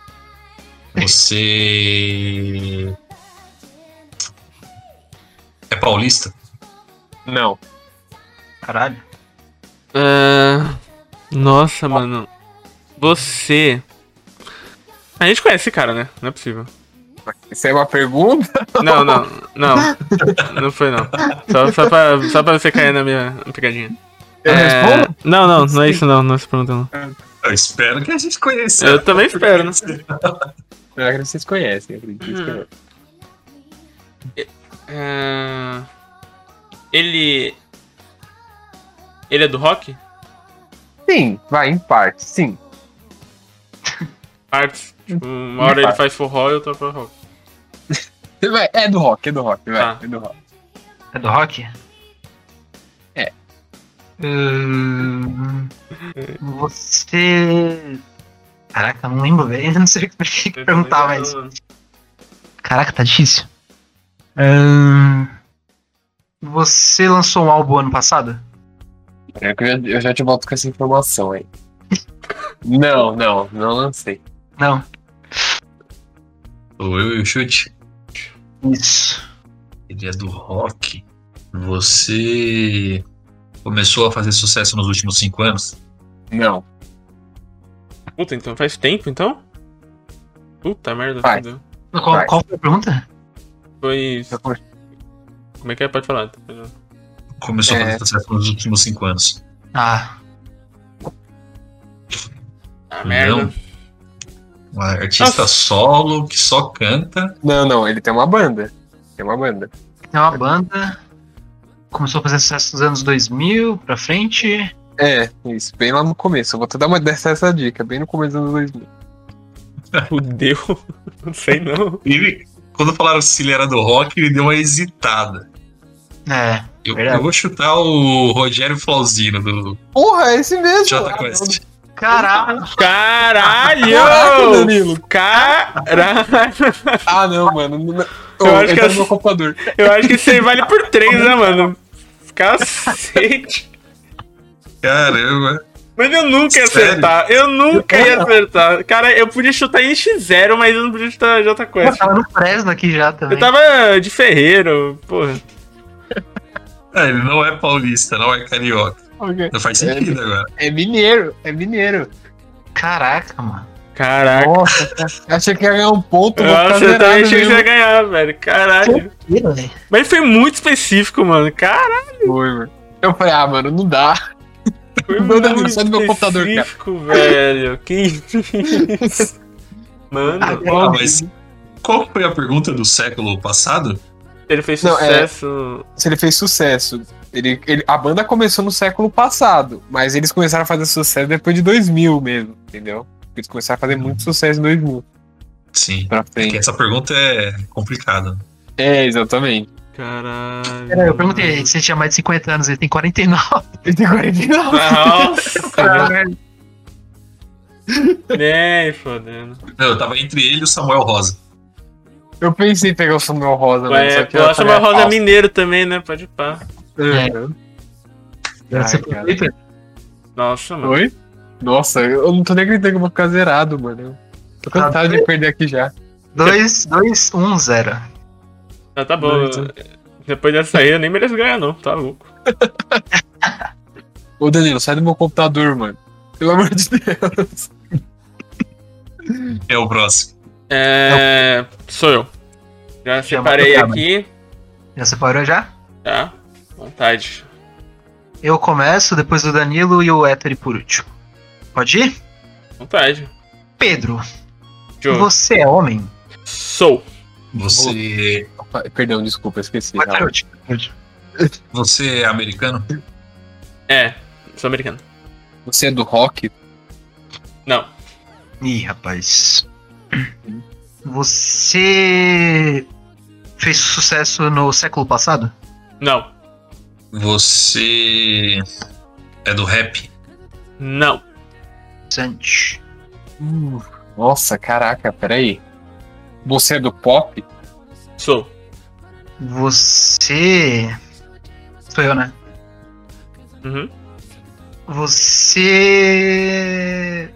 Speaker 5: Você. É paulista?
Speaker 6: Não.
Speaker 2: Caralho.
Speaker 4: Ah, nossa, mano. Você. A gente conhece esse cara, né? Não é possível.
Speaker 6: Isso é uma pergunta?
Speaker 4: Não, não, não. Não foi, não. Só, só, pra, só pra você cair na minha pegadinha.
Speaker 6: Eu
Speaker 4: É,
Speaker 6: respondo?
Speaker 4: Não, não, não é isso, não. Não é essa pergunta, não.
Speaker 5: Eu espero que a gente conheça.
Speaker 4: Eu também espero, né?
Speaker 6: Eu acredito É que vocês conhecem. Eu acredito que vocês
Speaker 4: Hum.
Speaker 6: conhecem.
Speaker 4: Ah, ele. Ele é do rock?
Speaker 6: Sim, vai, em parte, sim.
Speaker 4: Partes. Tipo, uma hora ele faz forró e outra pra rock.
Speaker 6: Vai, é do rock, é do rock, vai,
Speaker 4: Tá.
Speaker 6: é do rock.
Speaker 2: É do rock?
Speaker 6: É.
Speaker 2: Hum, você. Caraca, não lembro bem. Não sei o que que perguntar, mas. Caraca, tá difícil. Hum, você lançou um álbum ano passado?
Speaker 6: Eu já, eu já te volto com essa informação aí. não, não, não lancei.
Speaker 2: Não.
Speaker 5: Sou eu e o chute.
Speaker 2: Isso.
Speaker 5: Ele é do rock. Você começou a fazer sucesso nos últimos cinco anos?
Speaker 6: Não,
Speaker 4: Puta, então faz tempo, então? Puta merda.
Speaker 6: Faz.
Speaker 4: fudeu.
Speaker 2: Qual,
Speaker 6: Vai.
Speaker 2: qual foi a pergunta?
Speaker 4: Foi.
Speaker 6: já comecei.
Speaker 4: Como é que é? Pode falar.
Speaker 5: Começou a
Speaker 6: É.
Speaker 5: fazer sucesso nos últimos cinco anos.
Speaker 2: Ah,
Speaker 4: Ah,
Speaker 5: merda. Um artista
Speaker 4: Nossa.
Speaker 5: solo que só canta.
Speaker 6: Não, não, ele tem uma banda. Tem uma banda.
Speaker 2: tem uma banda. Começou a fazer sucesso nos anos 2000 pra frente.
Speaker 6: É, isso, bem lá no começo. Eu vou te dar uma dessa essa dica, bem no começo dos anos 2000.
Speaker 4: Fudeu. Não sei não.
Speaker 5: Ele, quando falaram se ele era do rock, ele deu uma hesitada.
Speaker 2: É.
Speaker 5: Eu,
Speaker 2: Verdade.
Speaker 5: eu vou chutar o Rogério Flauzino do
Speaker 6: Porra, é esse mesmo!
Speaker 5: Jota Quest.
Speaker 2: Caralho.
Speaker 6: Caraca,
Speaker 4: Caralho!
Speaker 6: Danilo!
Speaker 4: Caralho!
Speaker 6: Ah, não, mano. Não,
Speaker 4: Eu
Speaker 6: eu
Speaker 4: acho que
Speaker 6: tá
Speaker 4: eu-
Speaker 6: no meu computador.
Speaker 4: Eu acho que isso aí vale por três, né, mano? Cacete!
Speaker 5: Caramba.
Speaker 4: Mas eu nunca ia
Speaker 5: Sério?
Speaker 4: acertar. Eu nunca ia acertar. Cara, eu podia chutar em X0, mas eu não podia chutar J
Speaker 2: Eu
Speaker 4: Quest.
Speaker 2: tava no Fresno aqui já também.
Speaker 4: Eu tava de ferreiro, porra.
Speaker 5: Ah, ele não é paulista, não é carioca. Não faz
Speaker 6: É.
Speaker 5: sentido agora.
Speaker 6: É mineiro, é mineiro.
Speaker 2: Caraca, mano.
Speaker 4: Caraca.
Speaker 6: Nossa, eu achei que ia ganhar um ponto, vou ficar
Speaker 4: Nossa, eu também
Speaker 6: zerado
Speaker 4: achei que
Speaker 6: mesmo.
Speaker 4: você ia ganhar, velho. Caralho.
Speaker 2: Ih, velho.
Speaker 4: Mas foi muito específico, mano. Cara,
Speaker 6: Foi, mano. Eu falei, ah, mano, não dá.
Speaker 4: foi
Speaker 6: Meu
Speaker 4: muito
Speaker 6: Deus, sai do meu computador, cara.
Speaker 4: específico, velho. Que isso?
Speaker 2: Ah,
Speaker 4: Mano,
Speaker 5: Ah, mas qual foi a pergunta do século passado?
Speaker 4: ele fez
Speaker 6: Não, é-
Speaker 4: sucesso.
Speaker 6: Se ele fez sucesso. Ele, ele- a banda começou no século passado, mas eles começaram a fazer sucesso depois de 2000 mesmo, entendeu? Eles começaram a fazer muito sucesso em 2000
Speaker 5: Sim.
Speaker 6: pra
Speaker 5: Porque
Speaker 6: frente.
Speaker 5: essa pergunta é complicada.
Speaker 6: É, exatamente.
Speaker 4: Caralho.
Speaker 2: Peraí, eu perguntei se ele tinha mais de 50 anos, ele tem 49.
Speaker 6: Ele tem 49.
Speaker 4: Nossa, nem fodendo.
Speaker 5: Não, eu tava entre ele e o Samuel Rosa.
Speaker 6: Eu pensei em pegar o Samuel Rosa,
Speaker 4: Ué,
Speaker 6: só
Speaker 4: É, eu acho
Speaker 6: falei,
Speaker 4: uma rosa
Speaker 6: ah, é.
Speaker 4: mineiro também, né? Pode pá.
Speaker 6: Ai,
Speaker 2: Você
Speaker 6: cara.
Speaker 2: foi, Pedro?
Speaker 4: Nossa, mano.
Speaker 6: Oi? Nossa, eu não tô nem acreditando que eu vou ficar zerado, mano. Eu Tô cansado de perder aqui já.
Speaker 2: 2, 2, 1, 0.
Speaker 4: Ah, tá bom. Depois dessa aí eu nem mereço ganhar, não. Tá louco.
Speaker 6: Ô Danilo, sai do meu computador, mano. Pelo amor de Deus.
Speaker 5: É o próximo.
Speaker 4: É. Sou eu. Já separei
Speaker 2: Chama.
Speaker 4: aqui.
Speaker 2: Já separou já?
Speaker 4: Tá. Vontade.
Speaker 2: Eu começo, depois o Danilo e o Héctor por último. Pode ir?
Speaker 4: Vontade.
Speaker 2: Pedro,
Speaker 4: Joe.
Speaker 2: você é homem?
Speaker 4: Sou.
Speaker 5: Você,
Speaker 6: Opa, Perdão, desculpa, esqueci.
Speaker 2: Pode ser
Speaker 6: Não.
Speaker 2: último.
Speaker 5: você é americano?
Speaker 4: É. Sou americano.
Speaker 6: Você é do rock?
Speaker 4: Não.
Speaker 2: Ih, rapaz. Você fez sucesso no século passado?
Speaker 4: Não.
Speaker 5: Você é do rap?
Speaker 4: Não.
Speaker 2: Interessante.
Speaker 6: Hum, Nossa, caraca, peraí. Você é do pop?
Speaker 4: Sou.
Speaker 2: Você. Sou eu, né?
Speaker 4: Uhum.
Speaker 2: Você.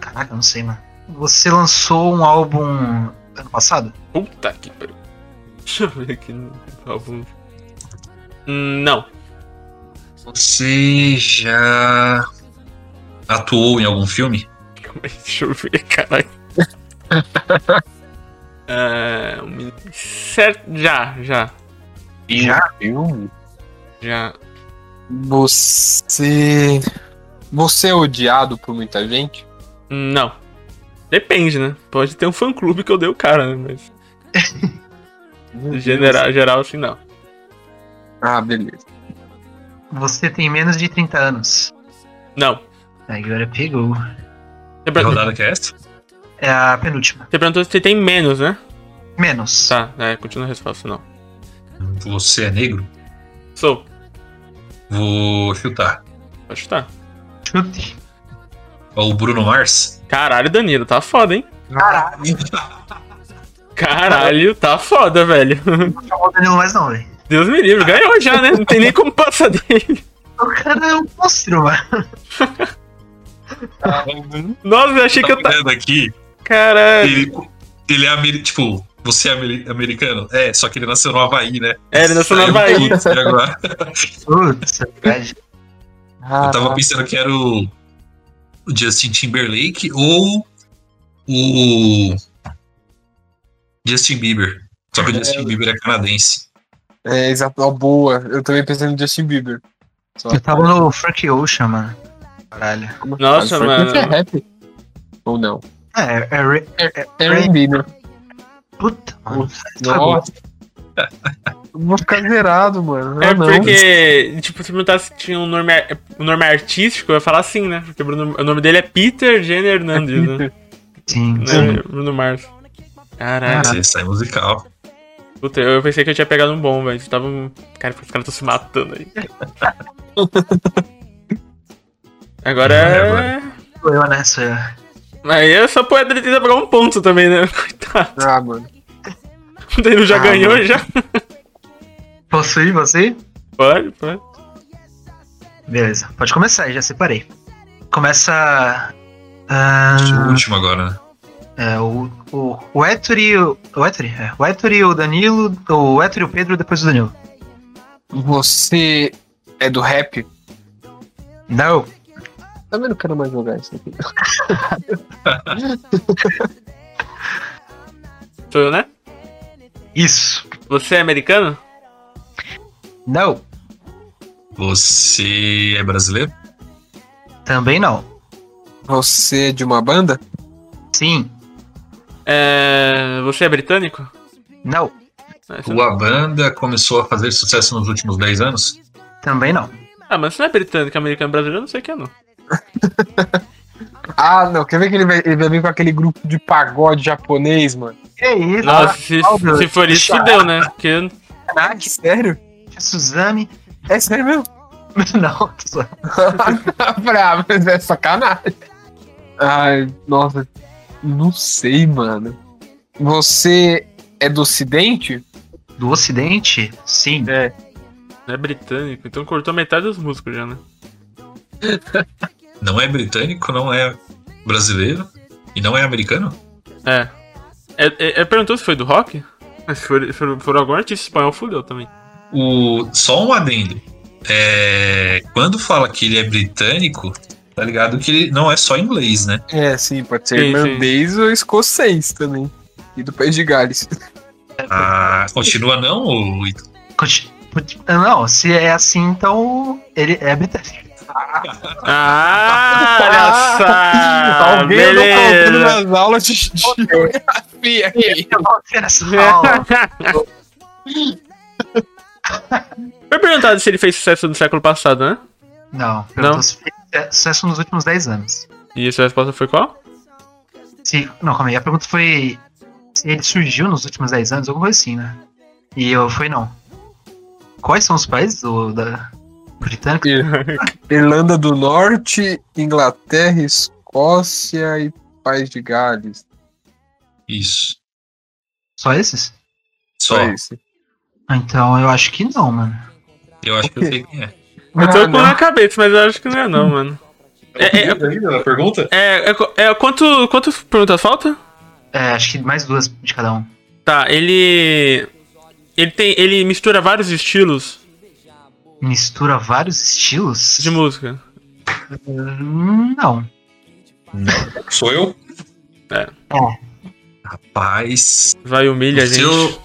Speaker 2: Caraca, eu não sei, mano. Você lançou um álbum ano passado?
Speaker 4: Puta que pariu. Deixa eu ver aqui no álbum. Hum, Não.
Speaker 5: Você já atuou em algum filme?
Speaker 4: Calma aí, Deixa eu ver, caralho. Ah, um minuto. Certo. Já, já.
Speaker 2: Já?
Speaker 6: Eu?
Speaker 4: Já.
Speaker 6: Você. Você é odiado por muita gente?
Speaker 4: Não. Depende, né? Pode ter um fã clube que eu dei o cara, né? Mas general, geral, assim, não.
Speaker 6: Ah, beleza.
Speaker 2: Você tem menos de 30 anos.
Speaker 4: Não.
Speaker 2: Agora pegou.
Speaker 4: Você
Speaker 5: Que
Speaker 4: per-
Speaker 5: rodada que é essa?
Speaker 2: É a penúltima.
Speaker 4: você perguntou se tem menos, né?
Speaker 2: Menos.
Speaker 4: Tá, é, continua a resposta, não.
Speaker 5: Você é negro?
Speaker 4: Sou.
Speaker 5: Vou chutar.
Speaker 4: Pode chutar.
Speaker 2: Chute.
Speaker 5: O Bruno Mars?
Speaker 4: Caralho, Danilo, tá foda, hein?
Speaker 2: Caraca,
Speaker 4: É Caralho, tá foda, velho.
Speaker 2: não chamou o Danilo Tá mais não, velho.
Speaker 4: Deus me livre, ganhou já, né? Não tem nem como passar dele.
Speaker 2: O cara é um monstro, mano.
Speaker 4: Nossa, eu achei que eu
Speaker 5: tá
Speaker 4: tava.
Speaker 5: vendo aqui?
Speaker 4: Caralho.
Speaker 5: Ele, ele é ameri- tipo, você é ameri- americano? É, só que ele nasceu no Havaí, né?
Speaker 4: É, ele nasceu no
Speaker 5: Aí eu-
Speaker 4: Havaí.
Speaker 5: putz, e agora?
Speaker 2: Putz, é verdade.
Speaker 6: Ah,
Speaker 5: Eu
Speaker 6: tá.
Speaker 5: tava pensando que era o o Justin Timberlake ou o Justin Bieber. Só que o Justin Bieber é canadense.
Speaker 6: É, exato. Ó, boa. Eu também pensei no Justin Bieber. Só-
Speaker 2: Eu tava no Frank Ocean, mano. Caralho.
Speaker 6: Como-
Speaker 4: Nossa,
Speaker 6: Ah, foi
Speaker 4: mano.
Speaker 6: porque É rap? Ou não?
Speaker 2: É, é. re-
Speaker 6: É R&B, né?
Speaker 2: Puta, mano.
Speaker 6: Nossa. Eu Vou ficar zerado, mano.
Speaker 4: É
Speaker 6: Ah, não.
Speaker 4: porque, tipo, se perguntasse se tinha um nome, ar- um nome artístico, eu ia falar sim, né? Porque Bruno- o nome dele é Peter Jenner Hernandes, né?
Speaker 2: Sim, sim.
Speaker 4: né? Bruno Mars. Caralho.
Speaker 5: Você sai musical.
Speaker 6: Ah.
Speaker 4: Puta, eu pensei que eu tinha pegado um bom, velho. Você Tava um... Cara, os caras estão se matando aí. Agora
Speaker 5: É,
Speaker 4: é.
Speaker 5: agora.
Speaker 2: Sou eu, né? Sou eu.
Speaker 4: Aí é só poeta ele tentar pegar um ponto também, né? Coitado.
Speaker 6: Ah, mano.
Speaker 4: O Danilo já
Speaker 6: Ah,
Speaker 4: ganhou,
Speaker 6: mano.
Speaker 4: já.
Speaker 2: Posso ir, você?
Speaker 4: Pode, pode.
Speaker 2: Beleza, pode começar, já separei. Começa. ah,
Speaker 5: Acho que o último agora, né?
Speaker 2: é, o, o, o Héctor e o. O Héctor? É, o Héctor e o Danilo. O Héctor e o Pedro depois o Danilo.
Speaker 6: Você é do rap?
Speaker 2: Não.
Speaker 6: Também não quero mais jogar isso aqui.
Speaker 4: Sou eu, né?
Speaker 2: Isso.
Speaker 4: Você é americano?
Speaker 2: Não.
Speaker 5: Você é brasileiro?
Speaker 2: Também não.
Speaker 6: Você é de uma banda?
Speaker 2: Sim.
Speaker 4: É... Você é britânico?
Speaker 2: Não.
Speaker 4: Ah, isso
Speaker 5: Tua banda começou a fazer sucesso nos últimos 10 anos?
Speaker 2: Também não.
Speaker 4: Ah, mas você não é britânico, americano, brasileiro, eu não sei o que é, não.
Speaker 6: Ah, não. Quer ver que ele vai, ele vai vir com aquele grupo de pagode japonês, mano?
Speaker 2: Que isso?
Speaker 4: Nossa, se,
Speaker 2: ah, meu
Speaker 4: se for isso, fudeu, né? Porque
Speaker 6: Caraca, sério?
Speaker 2: Suzane.
Speaker 6: É sério mesmo?
Speaker 2: Não, tô zoando.
Speaker 6: Bravo, mas é sacanagem. Ai, nossa. Não sei, mano. Você é do ocidente?
Speaker 2: do Ocidente? Sim.
Speaker 6: É.
Speaker 4: Não é britânico, então cortou metade dos músicos já, né?
Speaker 5: Não é britânico, não é brasileiro e não é americano?
Speaker 4: É. É, é- é, perguntou se foi do rock? Mas se for, se for, for algum artista espanhol, fudeu também.
Speaker 5: O, só um adendo. É, quando fala que ele é britânico, tá ligado que ele não é só inglês, né?
Speaker 6: É, sim, pode ser
Speaker 4: Sim, sim.
Speaker 6: irlandês ou escocês também. E do País de Gales.
Speaker 5: Ah, continua não? ô Ito?
Speaker 2: Conti- put- Não, se é assim, então ele é britânico.
Speaker 4: Ah,
Speaker 6: olha
Speaker 4: olha só!
Speaker 6: Alguém não
Speaker 4: Ah, Beleza!
Speaker 6: contando nas aulas de de geografia aqui.
Speaker 2: Eu vou ser essa aula.
Speaker 4: Foi perguntado se ele fez sucesso no século passado, né?
Speaker 2: Não,
Speaker 4: Não.
Speaker 2: perguntou se fez sucesso nos últimos 10 anos.
Speaker 4: E a sua resposta foi qual?
Speaker 2: Se, não, calma aí, a pergunta foi se ele surgiu nos últimos 10 anos, alguma coisa assim, né? E eu fui não. Quais são os países do, da britânico?
Speaker 6: Irlanda do Norte, Inglaterra, Escócia e País de Gales.
Speaker 5: Isso.
Speaker 2: Só esses?
Speaker 5: Só.
Speaker 6: É isso.
Speaker 2: Então eu acho que não, mano.
Speaker 5: Eu acho que eu sei quem é.
Speaker 4: Eu tô
Speaker 6: Ah,
Speaker 4: com na cabeça, mas eu acho que não é não, mano. É, é,
Speaker 5: a pergunta?
Speaker 4: é, é, co- é, quanto, quanto perguntas falta?
Speaker 2: É, acho que mais duas de cada um.
Speaker 4: Tá, ele... Ele tem... Ele mistura vários estilos
Speaker 2: Mistura vários estilos?
Speaker 4: de música.
Speaker 2: Hum, Não.
Speaker 5: Sou eu?
Speaker 4: É.
Speaker 2: Ó.
Speaker 5: Rapaz.
Speaker 4: Vai humilha a
Speaker 5: Se
Speaker 4: gente.
Speaker 5: eu-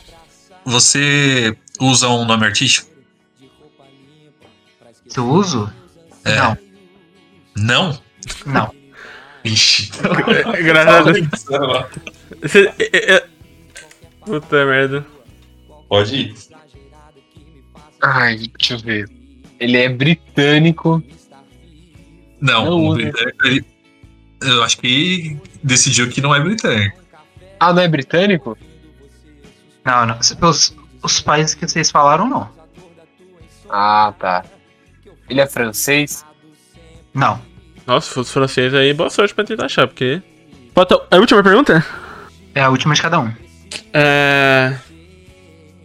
Speaker 5: Você usa um nome artístico?
Speaker 2: Se eu uso?
Speaker 5: É.
Speaker 2: Não,
Speaker 5: Não?
Speaker 2: não.
Speaker 5: Ixi.
Speaker 4: Graças a Deus. Cê- é- é- Puta merda.
Speaker 5: Pode ir.
Speaker 6: Ai, deixa eu ver. Ele é britânico.
Speaker 5: Não,
Speaker 6: Não
Speaker 5: o
Speaker 6: usa.
Speaker 5: britânico, ele. Eu acho que decidiu que não é britânico.
Speaker 6: Ah, não é britânico?
Speaker 2: Não, não. Se- Pelos os países que vocês falaram, não.
Speaker 6: Ah, tá. Ele é francês?
Speaker 2: Não.
Speaker 4: Nossa, se fosse francês aí, boa sorte pra tentar achar, porque. Bota a última pergunta?
Speaker 2: É a última de cada um.
Speaker 4: É.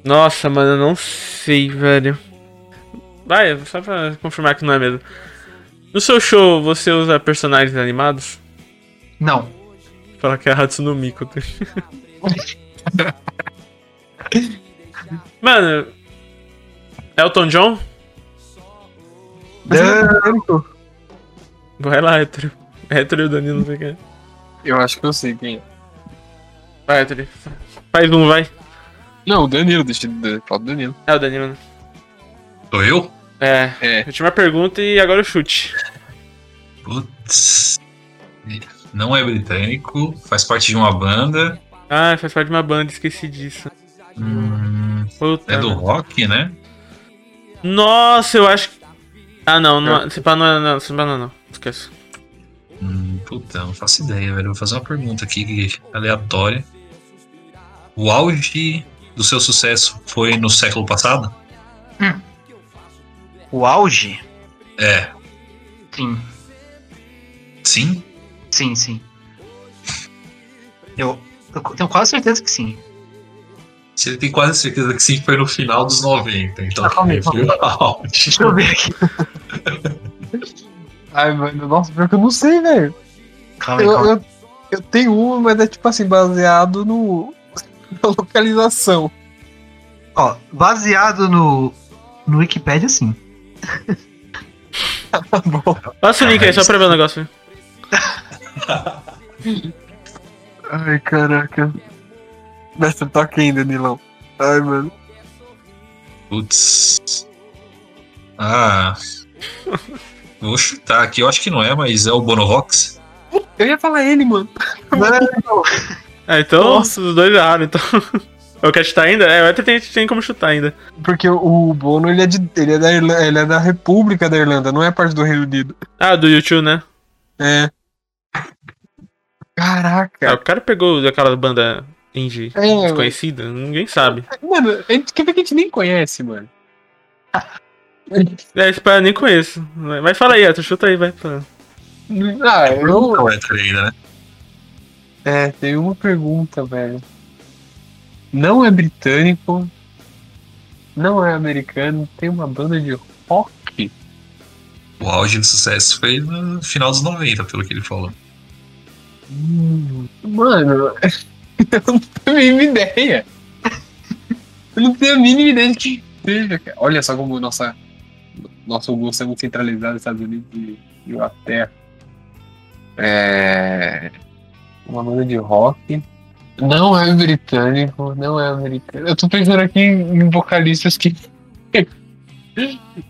Speaker 4: Nossa, mano, eu não sei, velho. Vai, só pra confirmar que não é mesmo. No seu show, você usa personagens animados?
Speaker 2: Não.
Speaker 4: Fala que é a Hatsune Miku. mano. Elton John? é Vai lá, hétero. Hétero e o Danilo, não sei quem é.
Speaker 6: Eu acho que eu sei quem é.
Speaker 4: Vai, hétero. Faz um, vai.
Speaker 6: Não, o Danilo, deixa eu falar do Danilo.
Speaker 4: É o Danilo, né?
Speaker 5: Sou eu?
Speaker 4: É.
Speaker 6: É.
Speaker 4: Última pergunta e agora o chute.
Speaker 5: Putz. Não é britânico, faz parte de uma banda.
Speaker 4: Ah, faz parte de uma banda, esqueci disso.
Speaker 5: hum,
Speaker 4: Puta.
Speaker 5: é do
Speaker 4: merda.
Speaker 5: rock, né?
Speaker 4: Nossa, eu acho que. Ah, não, não. Se pá, não, é- não, se pá, não, não. Esquece.
Speaker 5: Hum, puta, não faço ideia, velho. Vou fazer uma pergunta aqui aleatória. O auge do seu sucesso foi no século passado?
Speaker 2: O auge?
Speaker 5: É.
Speaker 2: Sim.
Speaker 5: Sim?
Speaker 2: Sim, sim. Eu, eu tenho quase certeza que sim.
Speaker 5: Você tem quase certeza que sim, foi no final dos 90. Então,
Speaker 2: Ah, calma aí,
Speaker 5: foi o auge.
Speaker 2: Deixa eu ver aqui.
Speaker 6: Ai, mano, nossa, pior que eu não sei, velho.
Speaker 2: Calma aí,
Speaker 6: Eu,
Speaker 2: calma.
Speaker 6: eu, eu tenho uma, mas é tipo assim, baseado no. na localização.
Speaker 2: Ó, baseado no, no Wikipedia, sim.
Speaker 6: Tá bom.
Speaker 4: Passa o link
Speaker 5: Ah,
Speaker 4: aí, só pra ver o negócio.
Speaker 6: Ai, caraca. Mestre, toca ainda, Danilão. Ai, mano.
Speaker 5: Putz. Ah. Vou chutar aqui. Eu acho que não é, mas é o Bono Vox.
Speaker 6: Eu ia falar ele, mano.
Speaker 4: Ah, então. Os dois erraram, então. Eu quero chutar ainda? É, o hétero tem, tem como chutar ainda.
Speaker 6: Porque o Bono, ele é, de, ele, é da Irla- ele é da República da Irlanda, não é parte do Reino Unido.
Speaker 4: Ah, do YouTube, né?
Speaker 6: É.
Speaker 4: Ah,
Speaker 6: Caraca.
Speaker 4: o cara pegou daquela banda indie
Speaker 6: É, mano,
Speaker 4: desconhecida, ninguém sabe.
Speaker 6: mano, a gente, quer ver que a gente nem conhece, mano. Ah,
Speaker 4: É, esse pá, eu nem conheço. Vai, fala aí, hétero, chuta aí, vai. fala.
Speaker 6: Ah, eu...
Speaker 5: Não é tá ainda, né?
Speaker 6: É, tem uma pergunta, velho. Não é britânico. não é americano, tem uma banda de rock.
Speaker 5: O auge do sucesso foi no final dos 90, pelo que ele falou.
Speaker 6: Hum, Mano, eu não tenho a mínima ideia. Eu não tenho a mínima ideia de quem seja, cara. Olha só como nossa, nosso gosto é muito centralizado nos Estados Unidos e Inglaterra. É... Uma banda de rock. Não é britânico, não é americano. Eu tô pensando aqui em vocalistas que.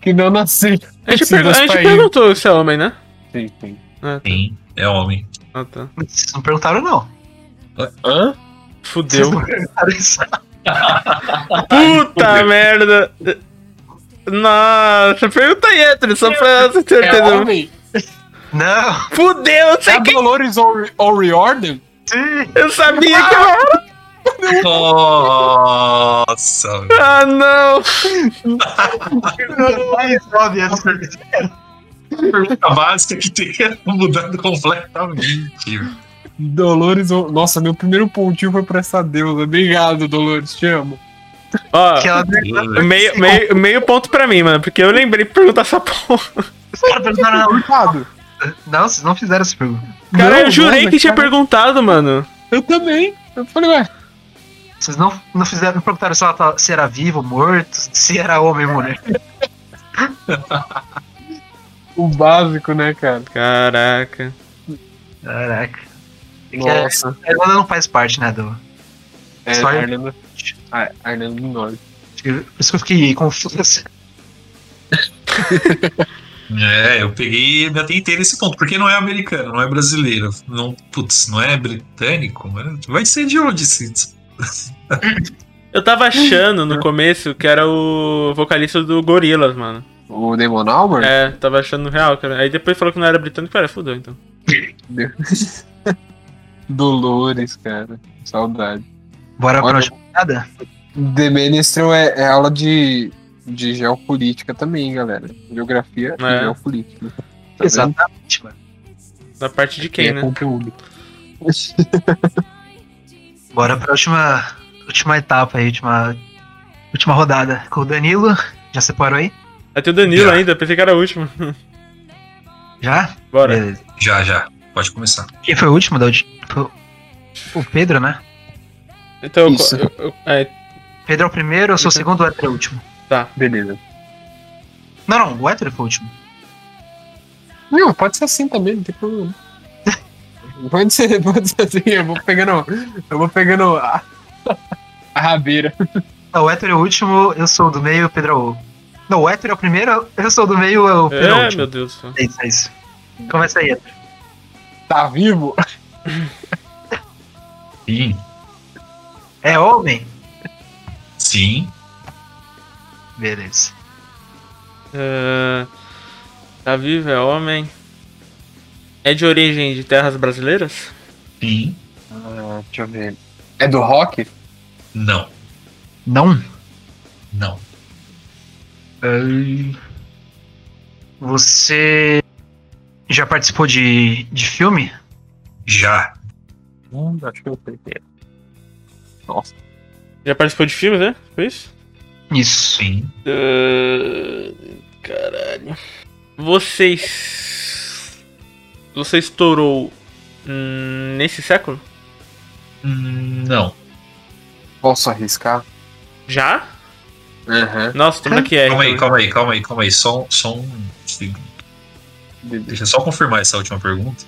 Speaker 6: que não nasceram.
Speaker 4: A gente,
Speaker 6: nesses
Speaker 4: pergun- a gente
Speaker 6: países.
Speaker 4: perguntou se é homem, né?
Speaker 6: Sim, sim.
Speaker 4: Ah, tá.
Speaker 5: Sim, é homem.
Speaker 4: Ah, tá.
Speaker 2: Vocês não perguntaram, não.
Speaker 6: Hã?
Speaker 4: Fudeu.
Speaker 2: Vocês não perguntaram isso.
Speaker 6: tá
Speaker 4: Puta merda! Nossa, pergunta aí, Anthony, só pra ter
Speaker 6: É
Speaker 4: certeza.
Speaker 6: homem?
Speaker 2: Não.
Speaker 4: Fudeu, eu, sei
Speaker 6: É
Speaker 4: que-
Speaker 6: Dolores O'Ri- O'Riordan?
Speaker 2: Sim.
Speaker 4: eu sabia que eu era.
Speaker 5: Nossa, velho.
Speaker 4: Ah, não!
Speaker 2: Mais óbvio essa pergunta.
Speaker 5: A básica que teria mudado completamente. velho.
Speaker 6: Dolores O- Nossa, meu primeiro pontinho foi pra essa deusa. Obrigado, Dolores, te amo. Ah.
Speaker 4: Ó,
Speaker 2: Que ela
Speaker 4: meio, meio, meio ponto pra mim, mano, porque eu lembrei de perguntar essa porra.
Speaker 2: Os caras perguntaram, não.
Speaker 6: Coitado.
Speaker 2: Não, vocês não fizeram essa pergunta.
Speaker 4: Cara,
Speaker 6: Não,
Speaker 4: eu jurei
Speaker 6: nossa,
Speaker 4: que tinha
Speaker 6: cara,
Speaker 4: perguntado, mano.
Speaker 6: Eu também. Eu falei, ué,
Speaker 2: Vocês não, não fizeram, não perguntaram se, ela tá- se era vivo, morto, se era homem ou mulher.
Speaker 6: o básico, né, cara?
Speaker 4: Caraca.
Speaker 2: Caraca. É que a
Speaker 6: Nossa.
Speaker 2: Irlanda não faz parte, né, do...
Speaker 6: É,
Speaker 2: Só-
Speaker 6: Arlanda. Ah, Arlanda do Norte.
Speaker 2: acho que- Por isso que eu fiquei confuso.
Speaker 5: É, eu peguei me atentei nesse ponto, porque não é americano, não é brasileiro, não, putz, não é britânico, mas vai ser de onde esse
Speaker 4: Eu tava achando no começo que era o vocalista do Gorillaz, mano.
Speaker 6: O Damon Albarn?
Speaker 4: É, tava achando real, cara. Aí depois falou que não era britânico, cara, fudeu então.
Speaker 6: Dolores, cara. Saudade.
Speaker 2: Bora pra
Speaker 6: Olha,
Speaker 2: última
Speaker 6: Tá
Speaker 2: piada?
Speaker 6: The Menestrel é, é aula de, de geopolítica também, galera. Geografia
Speaker 4: É.
Speaker 6: e geopolítica. Tá vendo?
Speaker 2: Exatamente, mano.
Speaker 4: Da parte de quem,
Speaker 6: é
Speaker 4: né?
Speaker 6: conteúdo.
Speaker 2: Bora pra última, última etapa aí, última, última rodada. Com o Danilo, já separou aí?
Speaker 4: Aí tem o Danilo ainda, pensei que era o último.
Speaker 2: Já?
Speaker 4: Bora.
Speaker 2: Beleza.
Speaker 5: Já, já, pode começar.
Speaker 2: Quem foi o último? Da, ulti- foi o o Pedro, né?
Speaker 4: Então, eu-
Speaker 6: Isso.
Speaker 4: eu- eu- é,
Speaker 2: Pedro é o primeiro, eu sou o segundo, o Hétero é o último.
Speaker 4: tá.
Speaker 6: Beleza.
Speaker 2: Não, não, o Hétero foi o último.
Speaker 6: Não, pode ser assim também, não tem problema. Pode ser, pode ser assim, eu vou pegando. Eu vou pegando a, a rabeira.
Speaker 2: Não, o Hétero é o último, eu sou o do meio, o Pedro é o... Não, o Hétero é o primeiro, eu sou o do meio, o Pedro é o
Speaker 4: É,
Speaker 2: último.
Speaker 4: meu Deus do céu.
Speaker 2: É isso, é isso. Começa aí, Hétero.
Speaker 6: Tá vivo?
Speaker 5: Sim,
Speaker 2: É homem?
Speaker 5: sim,
Speaker 2: Beleza.
Speaker 4: É, tá vivo, é homem. É de origem de terras brasileiras?
Speaker 5: sim,
Speaker 6: Ah, deixa eu ver. É do rock?
Speaker 5: não,
Speaker 2: Não?
Speaker 5: não,
Speaker 2: Você já participou de, de filme?
Speaker 5: já,
Speaker 6: Hum, acho que eu sei. Nossa.
Speaker 4: Já participou de filmes, né? Foi isso?
Speaker 2: Isso.
Speaker 5: sim,
Speaker 4: É, Caralho. Vocês. Você estourou hum, nesse século?
Speaker 5: hum, não,
Speaker 6: Posso arriscar?
Speaker 4: Já?
Speaker 6: Aham.
Speaker 4: Nossa, como é que é?
Speaker 5: calma aí,
Speaker 4: então?
Speaker 5: calma aí, calma aí, calma aí, só, um- só um segundo. Deixa eu só confirmar essa última pergunta.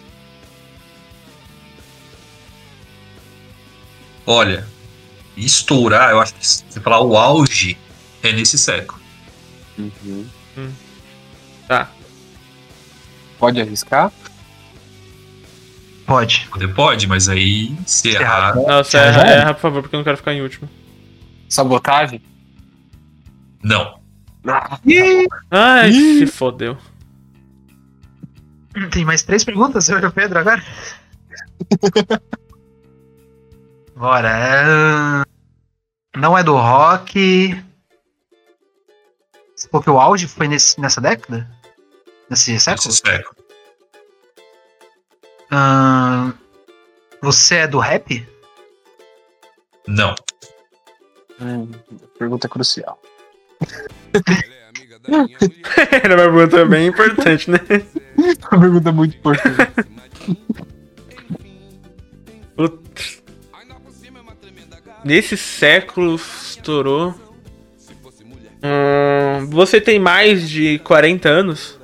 Speaker 5: Olha, estourar, eu acho que se você falar o auge é nesse século.
Speaker 6: Uhum.
Speaker 4: Tá.
Speaker 6: Pode arriscar?
Speaker 2: Pode.
Speaker 5: Você pode, mas aí se
Speaker 2: Se
Speaker 5: errar.
Speaker 4: Nossa,
Speaker 2: Já, já
Speaker 4: erra,
Speaker 2: é.
Speaker 4: erra, por favor, porque eu não quero ficar em último.
Speaker 6: Sabotagem?
Speaker 5: Não.
Speaker 6: Ah,
Speaker 4: Ai,
Speaker 6: Ih.
Speaker 4: se fodeu.
Speaker 2: Tem mais três perguntas, eu e o Pedro agora? Bora. ahn, Não é do rock. Você falou que o auge foi nesse, nessa década? Nesse século?
Speaker 5: Nesse século.
Speaker 2: Ahn, Hum, você é do rap?
Speaker 5: Não.
Speaker 6: hum, pergunta crucial.
Speaker 4: Era uma pergunta bem importante, né?
Speaker 6: Uma pergunta muito importante.
Speaker 4: Putz. Nesse século estourou. Hum, você tem mais de 40 anos?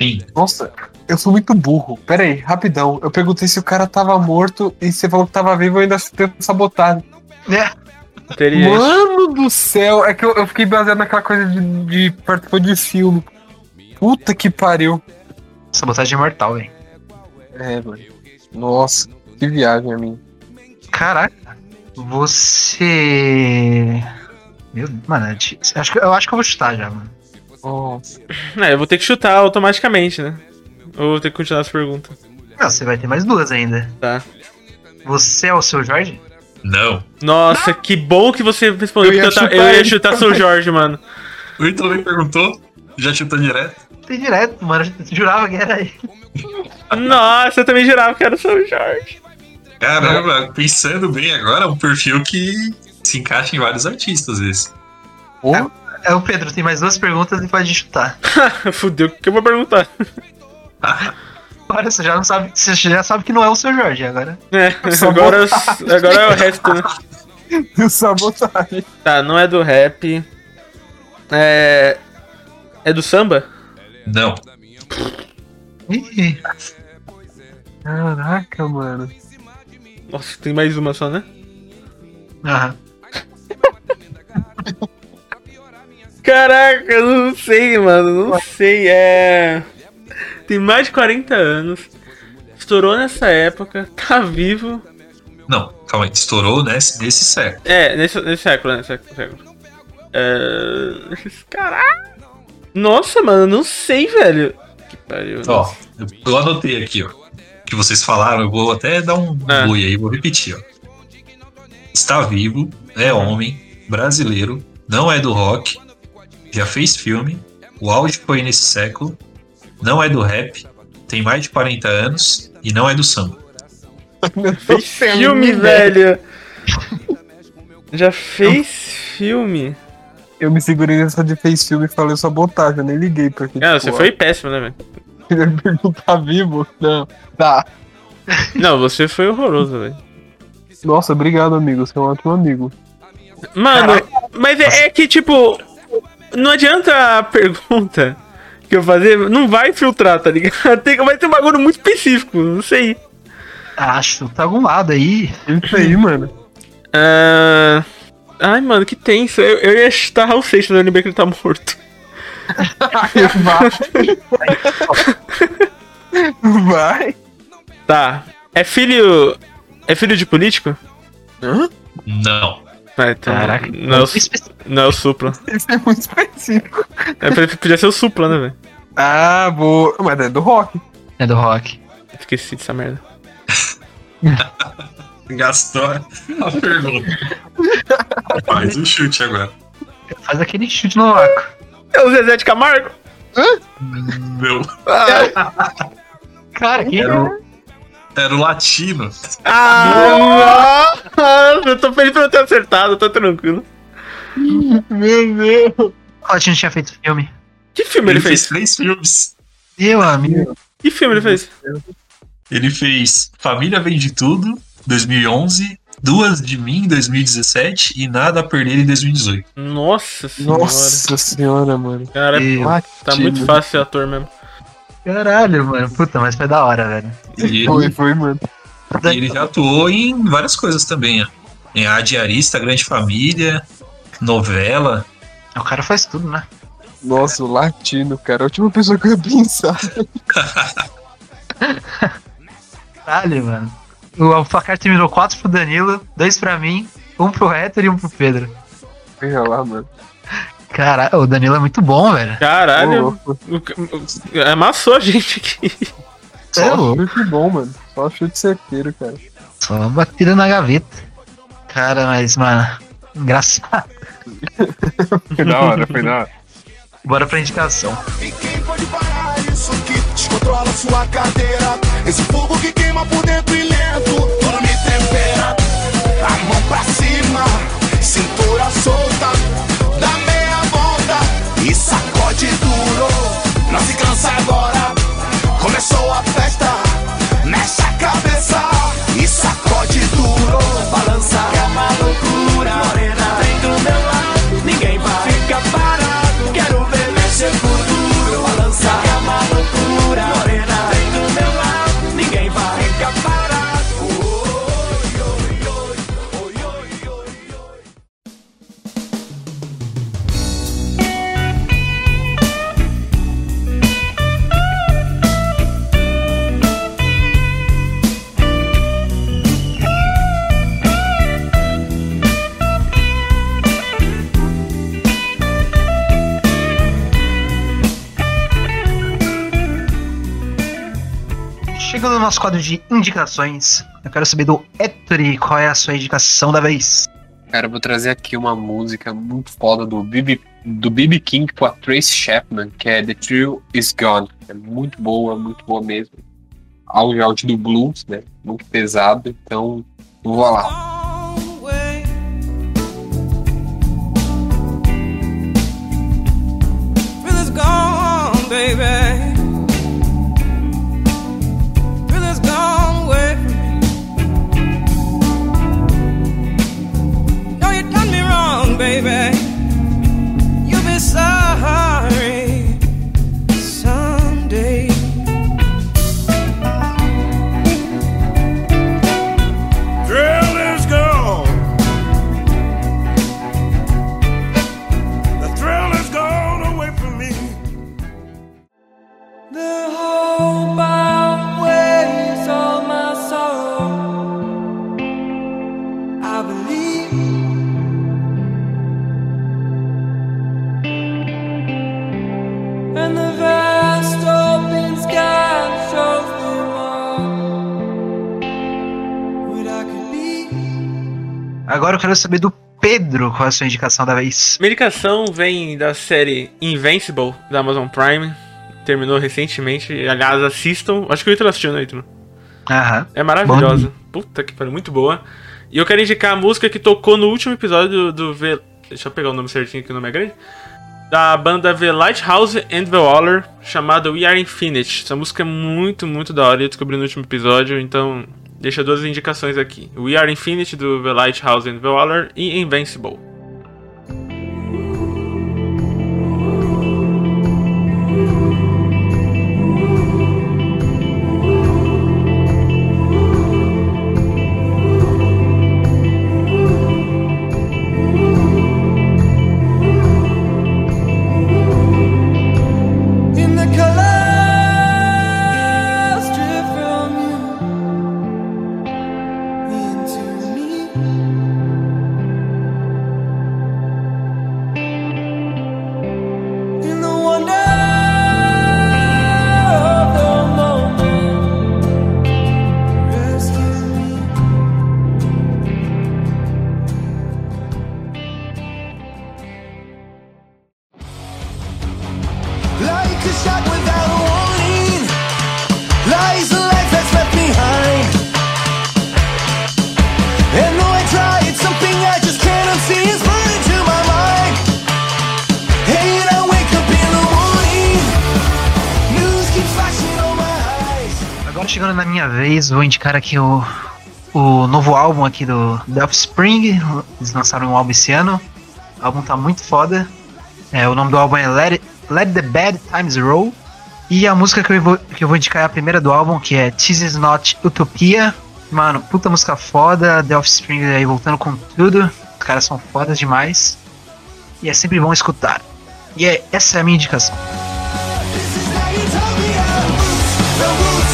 Speaker 5: Sim.
Speaker 6: Nossa, eu sou muito burro. Pera aí, rapidão. Eu perguntei se o cara tava morto e você falou que tava vivo e ainda se tendo sabotado.
Speaker 2: É,
Speaker 4: Eu Teria isso.
Speaker 6: Mano do céu, é que eu, eu fiquei baseado naquela coisa de, de participante de filme. Puta que pariu.
Speaker 2: sabotagem mortal, velho.
Speaker 6: É, mano. Nossa, que viagem a mim.
Speaker 2: Caraca. Você. Meu, mano, é difícil. acho que, eu acho que eu vou chutar já, mano.
Speaker 6: Nossa.
Speaker 4: É, eu vou ter que chutar automaticamente, né? Ou vou ter que continuar essa pergunta.
Speaker 2: Não, você vai ter mais duas ainda.
Speaker 4: Tá.
Speaker 2: Você é o seu Jorge?
Speaker 5: Não.
Speaker 4: Nossa, que bom que você respondeu,
Speaker 6: Eu ia
Speaker 4: porque eu, tava-
Speaker 6: chutar
Speaker 4: eu ia
Speaker 6: ele
Speaker 4: chutar seu Jorge, mano.
Speaker 5: O Ítalo me perguntou, já chutou direto.
Speaker 2: Tem direto, mano. Eu jurava que era ele.
Speaker 4: Nossa, eu também jurava que era o seu Jorge.
Speaker 5: Caramba, pensando bem agora, é um perfil que se encaixa em vários artistas, esse.
Speaker 6: Pô,
Speaker 2: É o Pedro, tem mais duas perguntas e pode chutar.
Speaker 4: Fudeu, o que eu vou perguntar?
Speaker 2: Agora você já não sabe. Você já sabe que não é o seu Jorge agora.
Speaker 4: É, agora, eu s- agora é o resto, né?
Speaker 6: sabotagem.
Speaker 4: Tá, não é do rap. É. É do samba?
Speaker 5: Não.
Speaker 2: Ih,
Speaker 6: Caraca, mano.
Speaker 4: Nossa, tem mais uma só, né?
Speaker 2: aham.
Speaker 4: Caraca, eu não sei, mano. Não sei. É. Tem mais de 40 anos. Estourou nessa época. Tá vivo.
Speaker 5: Não, calma aí. Estourou nesse, nesse século.
Speaker 4: É, nesse, nesse século, né? Nesse século. século. É... Caraca! Nossa, mano, eu não sei, velho. Que pariu.
Speaker 5: Ó, eu, eu anotei aqui, ó. o Que vocês falaram, eu vou até dar um
Speaker 4: É.
Speaker 5: boi aí, vou repetir, ó. Está vivo, é homem, brasileiro, não é do rock, já fez filme, o auge foi nesse século, não é do rap, tem mais de 40 anos e não é do samba.
Speaker 4: fez filme, velho. Já fez filme?
Speaker 6: Eu me segurei nessa de fez filme e falei sabotagem, eu nem liguei pra aqui.
Speaker 4: Cara, você foi péssimo, né, velho?
Speaker 6: Ele perguntar vivo? Não. Tá.
Speaker 4: Não, você foi horroroso, velho.
Speaker 6: Nossa, obrigado, amigo. Você é um ótimo amigo.
Speaker 4: Mano, mas é, é que, tipo, não adianta a pergunta que eu fazer, não vai filtrar, tá ligado? Tem, que- vai ter um bagulho muito específico, não sei.
Speaker 2: Ah, chuta algum lado aí.
Speaker 6: Isso aí, mano.
Speaker 4: Ah, Ai, mano, que tenso. Eu, eu ia chutar o Seixas, mas eu lembrei que ele tá morto.
Speaker 6: Vai.
Speaker 4: Tá. É filho. É filho de político?
Speaker 5: Não.
Speaker 4: Ah, então,
Speaker 2: Caraca.
Speaker 4: Não é, o, Su- não é o Supla.
Speaker 6: Isso é muito específico.
Speaker 4: É, p- podia ser o Supla, né, velho?
Speaker 6: Ah, boa. Mas é do rock.
Speaker 2: É do rock.
Speaker 4: Esqueci dessa merda.
Speaker 5: Gastou a pergunta. Faz um chute agora.
Speaker 2: Faz aquele chute no vácuo.
Speaker 4: É o Zezé de Camargo? Ah,
Speaker 5: Meu,
Speaker 2: Cara, que
Speaker 5: era, o- era o latino.
Speaker 4: Ah, nossa, eu tô feliz por eu ter acertado, eu tô tranquilo.
Speaker 6: Meu Deus.
Speaker 2: o Latino tinha feito filme.
Speaker 4: Que filme ele fez?
Speaker 5: três filmes.
Speaker 2: Meu amigo.
Speaker 4: Que filme ele fez?
Speaker 5: Ele fez Família Vem de Tudo, 2011, Duas de Mim, 2017 e Nada a Perder em 2018.
Speaker 4: Nossa senhora.
Speaker 6: Nossa senhora, mano.
Speaker 4: Cara,
Speaker 2: E-
Speaker 4: tá muito fácil ser ator mesmo.
Speaker 2: Caralho, mano. Puta, mas foi da hora, velho.
Speaker 5: E ele,
Speaker 6: Foi, foi, mano.
Speaker 5: e ele já atuou em várias coisas também, ó. Em A Diarista, Grande Família, novela.
Speaker 2: O cara faz tudo, né?
Speaker 6: Nossa, o latino, cara. É A última pessoa que eu ia pensar.
Speaker 2: Caralho, mano. O placar terminou 4 pro Danilo, 2 pra mim, 1 um pro Héctor e 1 um pro Pedro.
Speaker 6: Veja lá, mano.
Speaker 2: Caralho, o Danilo é muito bom, velho.
Speaker 6: Ô,
Speaker 4: Caralho,
Speaker 6: louco.
Speaker 4: o ca- o- amassou a gente aqui.
Speaker 2: Cê é
Speaker 6: Só
Speaker 2: louco.
Speaker 6: chute bom, mano. Só chute certeiro, cara.
Speaker 2: Só batida na gaveta. Cara, mas, mano, engraçado.
Speaker 6: Foi da hora, foi da hora.
Speaker 2: Bora pra indicação.
Speaker 7: E quem pode parar isso que descontrola sua cadeira? Esse fogo que queima por dentro e lento, tudo me tempera. A mão pra cima, cintura solta, dá meia volta.
Speaker 2: Chegando no nosso quadro de indicações, eu quero saber do Ettore qual é a sua indicação da vez.
Speaker 6: Cara, eu vou trazer aqui uma música muito foda do BB, do BB King com a Trace Chapman, que é The Thrill Is Gone. É muito boa, muito boa mesmo. Auge out do blues, né? Muito pesado, então vou lá.
Speaker 8: Baby, you'll be sorry someday.
Speaker 7: Thrill is gone. The thrill is gone away from me.
Speaker 8: The hope outweighs all my sorrow. I believe. And the vast open sky shows no more what I could be.
Speaker 2: Agora eu quero saber do Pedro qual é a sua indicação da vez.
Speaker 4: Minha indicação vem da série Invincible da Amazon Prime. Terminou recentemente. Aliás, assistam. Acho que o Ítalo assistiu, né, Ítalo?
Speaker 2: Aham.
Speaker 4: É maravilhosa. Puta que pariu, muito boa. E eu quero indicar a música que tocou no último episódio do, do V. Deixa eu pegar o nome certinho que o nome é grande. Da banda The Lighthouse and the Waller, chamada We Are Infinite. Essa música é muito, muito da hora e eu descobri no último episódio, então deixa duas indicações aqui: We Are Infinite do The Lighthouse and the Waller e Invincible.
Speaker 8: In the color stripped from you into me, in the wonder of the moment, rescue me.
Speaker 7: Like a shot without a warning Lies the life that's left behind And though I try, it's something I just can't unsee It's burning to my mind Hey, and I wake up in the morning News keeps flashing on my eyes
Speaker 2: Agora chegando na minha vez, vou indicar aqui o, o novo álbum aqui do The Offspring. Eles lançaram um álbum esse ano. O álbum tá muito foda. É, o nome do álbum é Let, It- Let the Bad Times Roll. E a música que eu, vou, que eu vou indicar é a primeira do álbum, que é This Is Not Utopia. Mano, puta música foda. The Offspring aí voltando com tudo. Os caras são fodas demais. E é sempre bom escutar. E é, essa é a minha indicação.
Speaker 7: This is now utopia Roots, the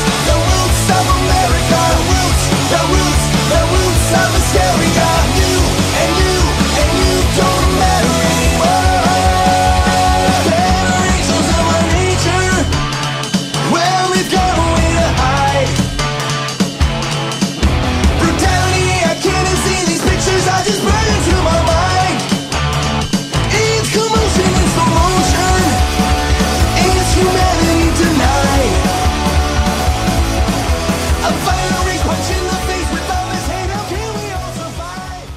Speaker 7: roots, the roots of America Roots, the roots, the roots of hysteria You, and you, and you don't matter anymore Generations of our nature Well, we've got a way to hide Brutality, I can't see these pictures I just burn into my mind It's commotion, it's the motion it's humanity tonight. A fiery punch in the face with all this hate. How can we all survive?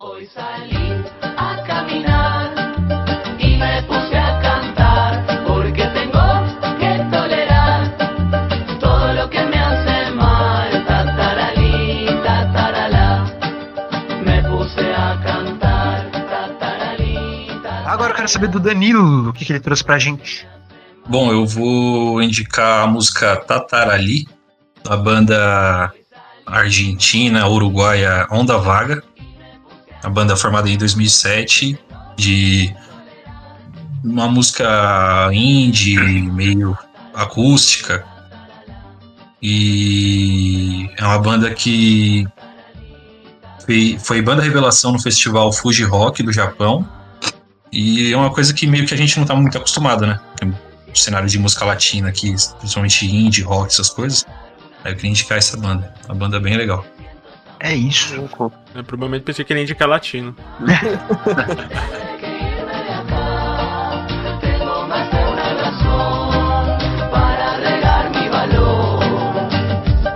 Speaker 9: Hoy salí a caminar y me puse a cantar porque tengo que tolerar todo lo que me hace mal. Tataralí, tataralá. Me puse a cantar. Tataralí, tataralá.
Speaker 2: Agora eu quero saber do Danilo o que, que ele trouxe pra gente.
Speaker 5: Bom, eu vou indicar a música Tatarali, da banda argentina, uruguaia Onda Vaga. A banda formada em 2007, de uma música indie, meio acústica. E é uma banda que foi, foi banda revelação no festival Fuji Rock do Japão. E é uma coisa que meio que a gente não tá muito acostumado, né? cenário de música latina aqui, principalmente indie, rock, essas coisas, aí eu queria indicar essa banda. Uma banda bem legal.
Speaker 2: É isso.
Speaker 4: Eu provavelmente um pensei que ele ia indicar latino.
Speaker 9: Irme de acá, tengo más de una razón para regar mi valor.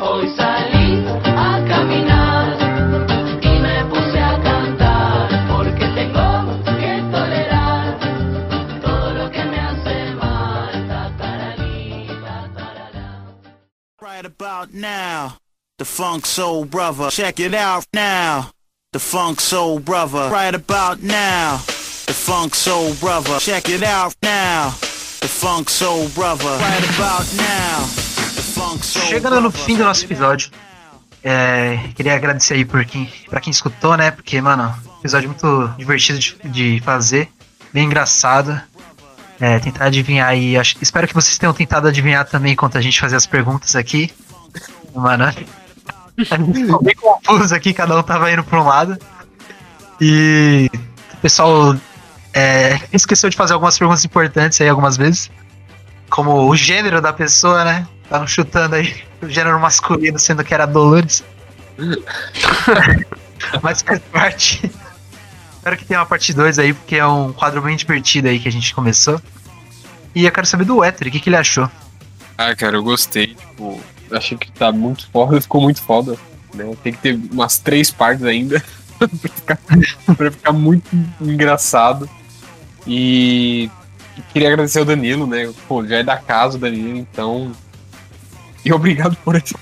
Speaker 9: Hoy salí a caminar y me puse a cantar porque tengo que tolerar todo lo que me hace mal. Tatararí, tatarará.
Speaker 7: Right about now, the Funk Soul Brother. Check it out now, the Funk Soul Brother. Right about now, the Funk Soul Brother. Check it out now, the Funk Soul Brother. Right about now, the Funk Soul
Speaker 2: Chegando no
Speaker 7: Brother.
Speaker 2: fim do nosso episódio, é, queria agradecer aí por quem, pra quem escutou, né? Porque, mano, episódio muito divertido de, de fazer, bem engraçado. É, tentar adivinhar aí. acho- espero que vocês tenham tentado adivinhar também enquanto a gente fazia as perguntas aqui. Mano, a gente ficou bem confuso aqui, cada um tava indo pra um lado. E o pessoal é, esqueceu de fazer algumas perguntas importantes aí algumas vezes. Como o gênero da pessoa, né? Estavam chutando aí o gênero masculino, sendo que era Dolores. Mas faz parte. Espero que tenha uma parte 2 aí, porque é um quadro bem divertido aí que a gente começou. E eu quero saber do Ether, o que, que ele achou?
Speaker 6: Ah, cara, eu gostei. Tipo, eu achei que tá muito foda, ficou muito foda. Né? Tem que ter umas três partes ainda pra, ficar, pra ficar muito engraçado. E queria agradecer ao Danilo, né? Pô, já é da casa o Danilo, então. E obrigado por, esse-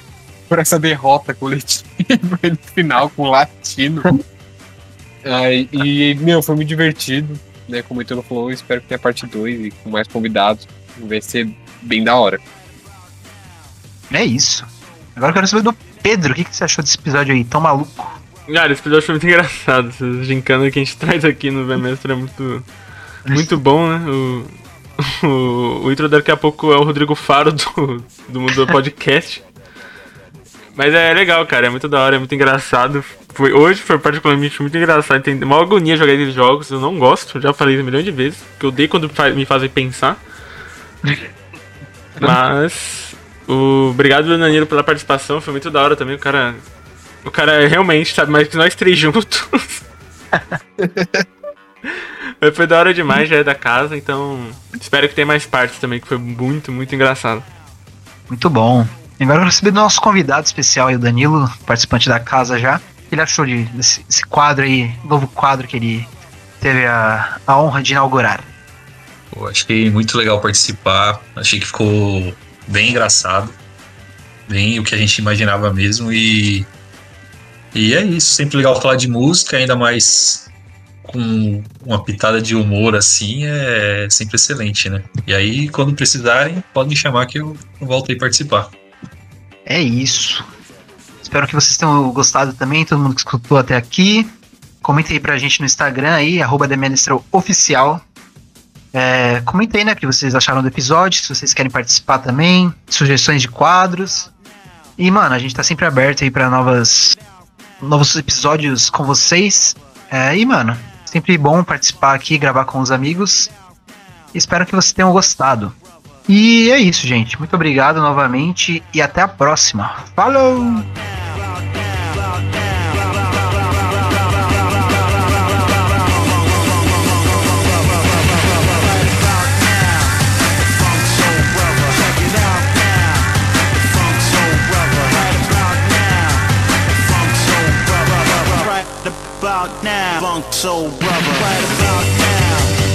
Speaker 6: por essa derrota coletiva no final com o latino. Ah, e, meu, foi muito divertido, né? Como o Italo falou, espero que tenha parte 2 e com mais convidados. Vai ser bem da hora.
Speaker 2: É isso. Agora eu quero saber do Pedro, o que, que você achou desse episódio aí tão maluco?
Speaker 4: Cara, Ah, esse episódio foi muito engraçado. Essas gincanas que a gente traz aqui no Vemestre é muito, muito bom, né? O, o, o intro daqui a pouco é o Rodrigo Faro do, do mundo do podcast. Mas é legal, cara. É muito da hora, é muito engraçado. Foi, hoje foi particularmente muito engraçado. Tem uma agonia jogar esses jogos. Eu não gosto, já falei isso um milhão de vezes. Que eu odeio quando fa- me fazem pensar. Mas. O, obrigado, Danilo, pela participação. Foi muito da hora também. O cara o cara realmente sabe mais que nós três juntos. Mas foi da hora demais, já é da casa, então espero que tenha mais partes também, que foi muito, muito engraçado.
Speaker 2: Muito bom. E Agora eu quero saber do nosso convidado especial aí, o Danilo, participante da casa já. O que ele achou de- desse esse quadro aí, novo quadro que ele teve a, a honra de inaugurar?
Speaker 5: Pô, achei muito legal participar. Achei que ficou bem engraçado. Bem o que a gente imaginava mesmo. E, e é isso. Sempre legal falar de música, ainda mais com uma pitada de humor assim. É sempre excelente, né? E aí, quando precisarem, podem me chamar que eu volto aí participar.
Speaker 2: É isso. Espero que vocês tenham gostado também, todo mundo que escutou até aqui. Comenta aí pra gente no Instagram aí, arroba The Menestrel Oficial. É, comenta aí, né, o que vocês acharam do episódio, se vocês querem participar também, sugestões de quadros. E, mano, a gente tá sempre aberto aí pra novas, novos episódios com vocês. É, e, mano, sempre bom participar aqui, gravar com os amigos. Espero que vocês tenham gostado. E é isso, gente. Muito obrigado novamente e até a próxima. Falou!
Speaker 7: Right about now, Funk Soul Brother. Right about now.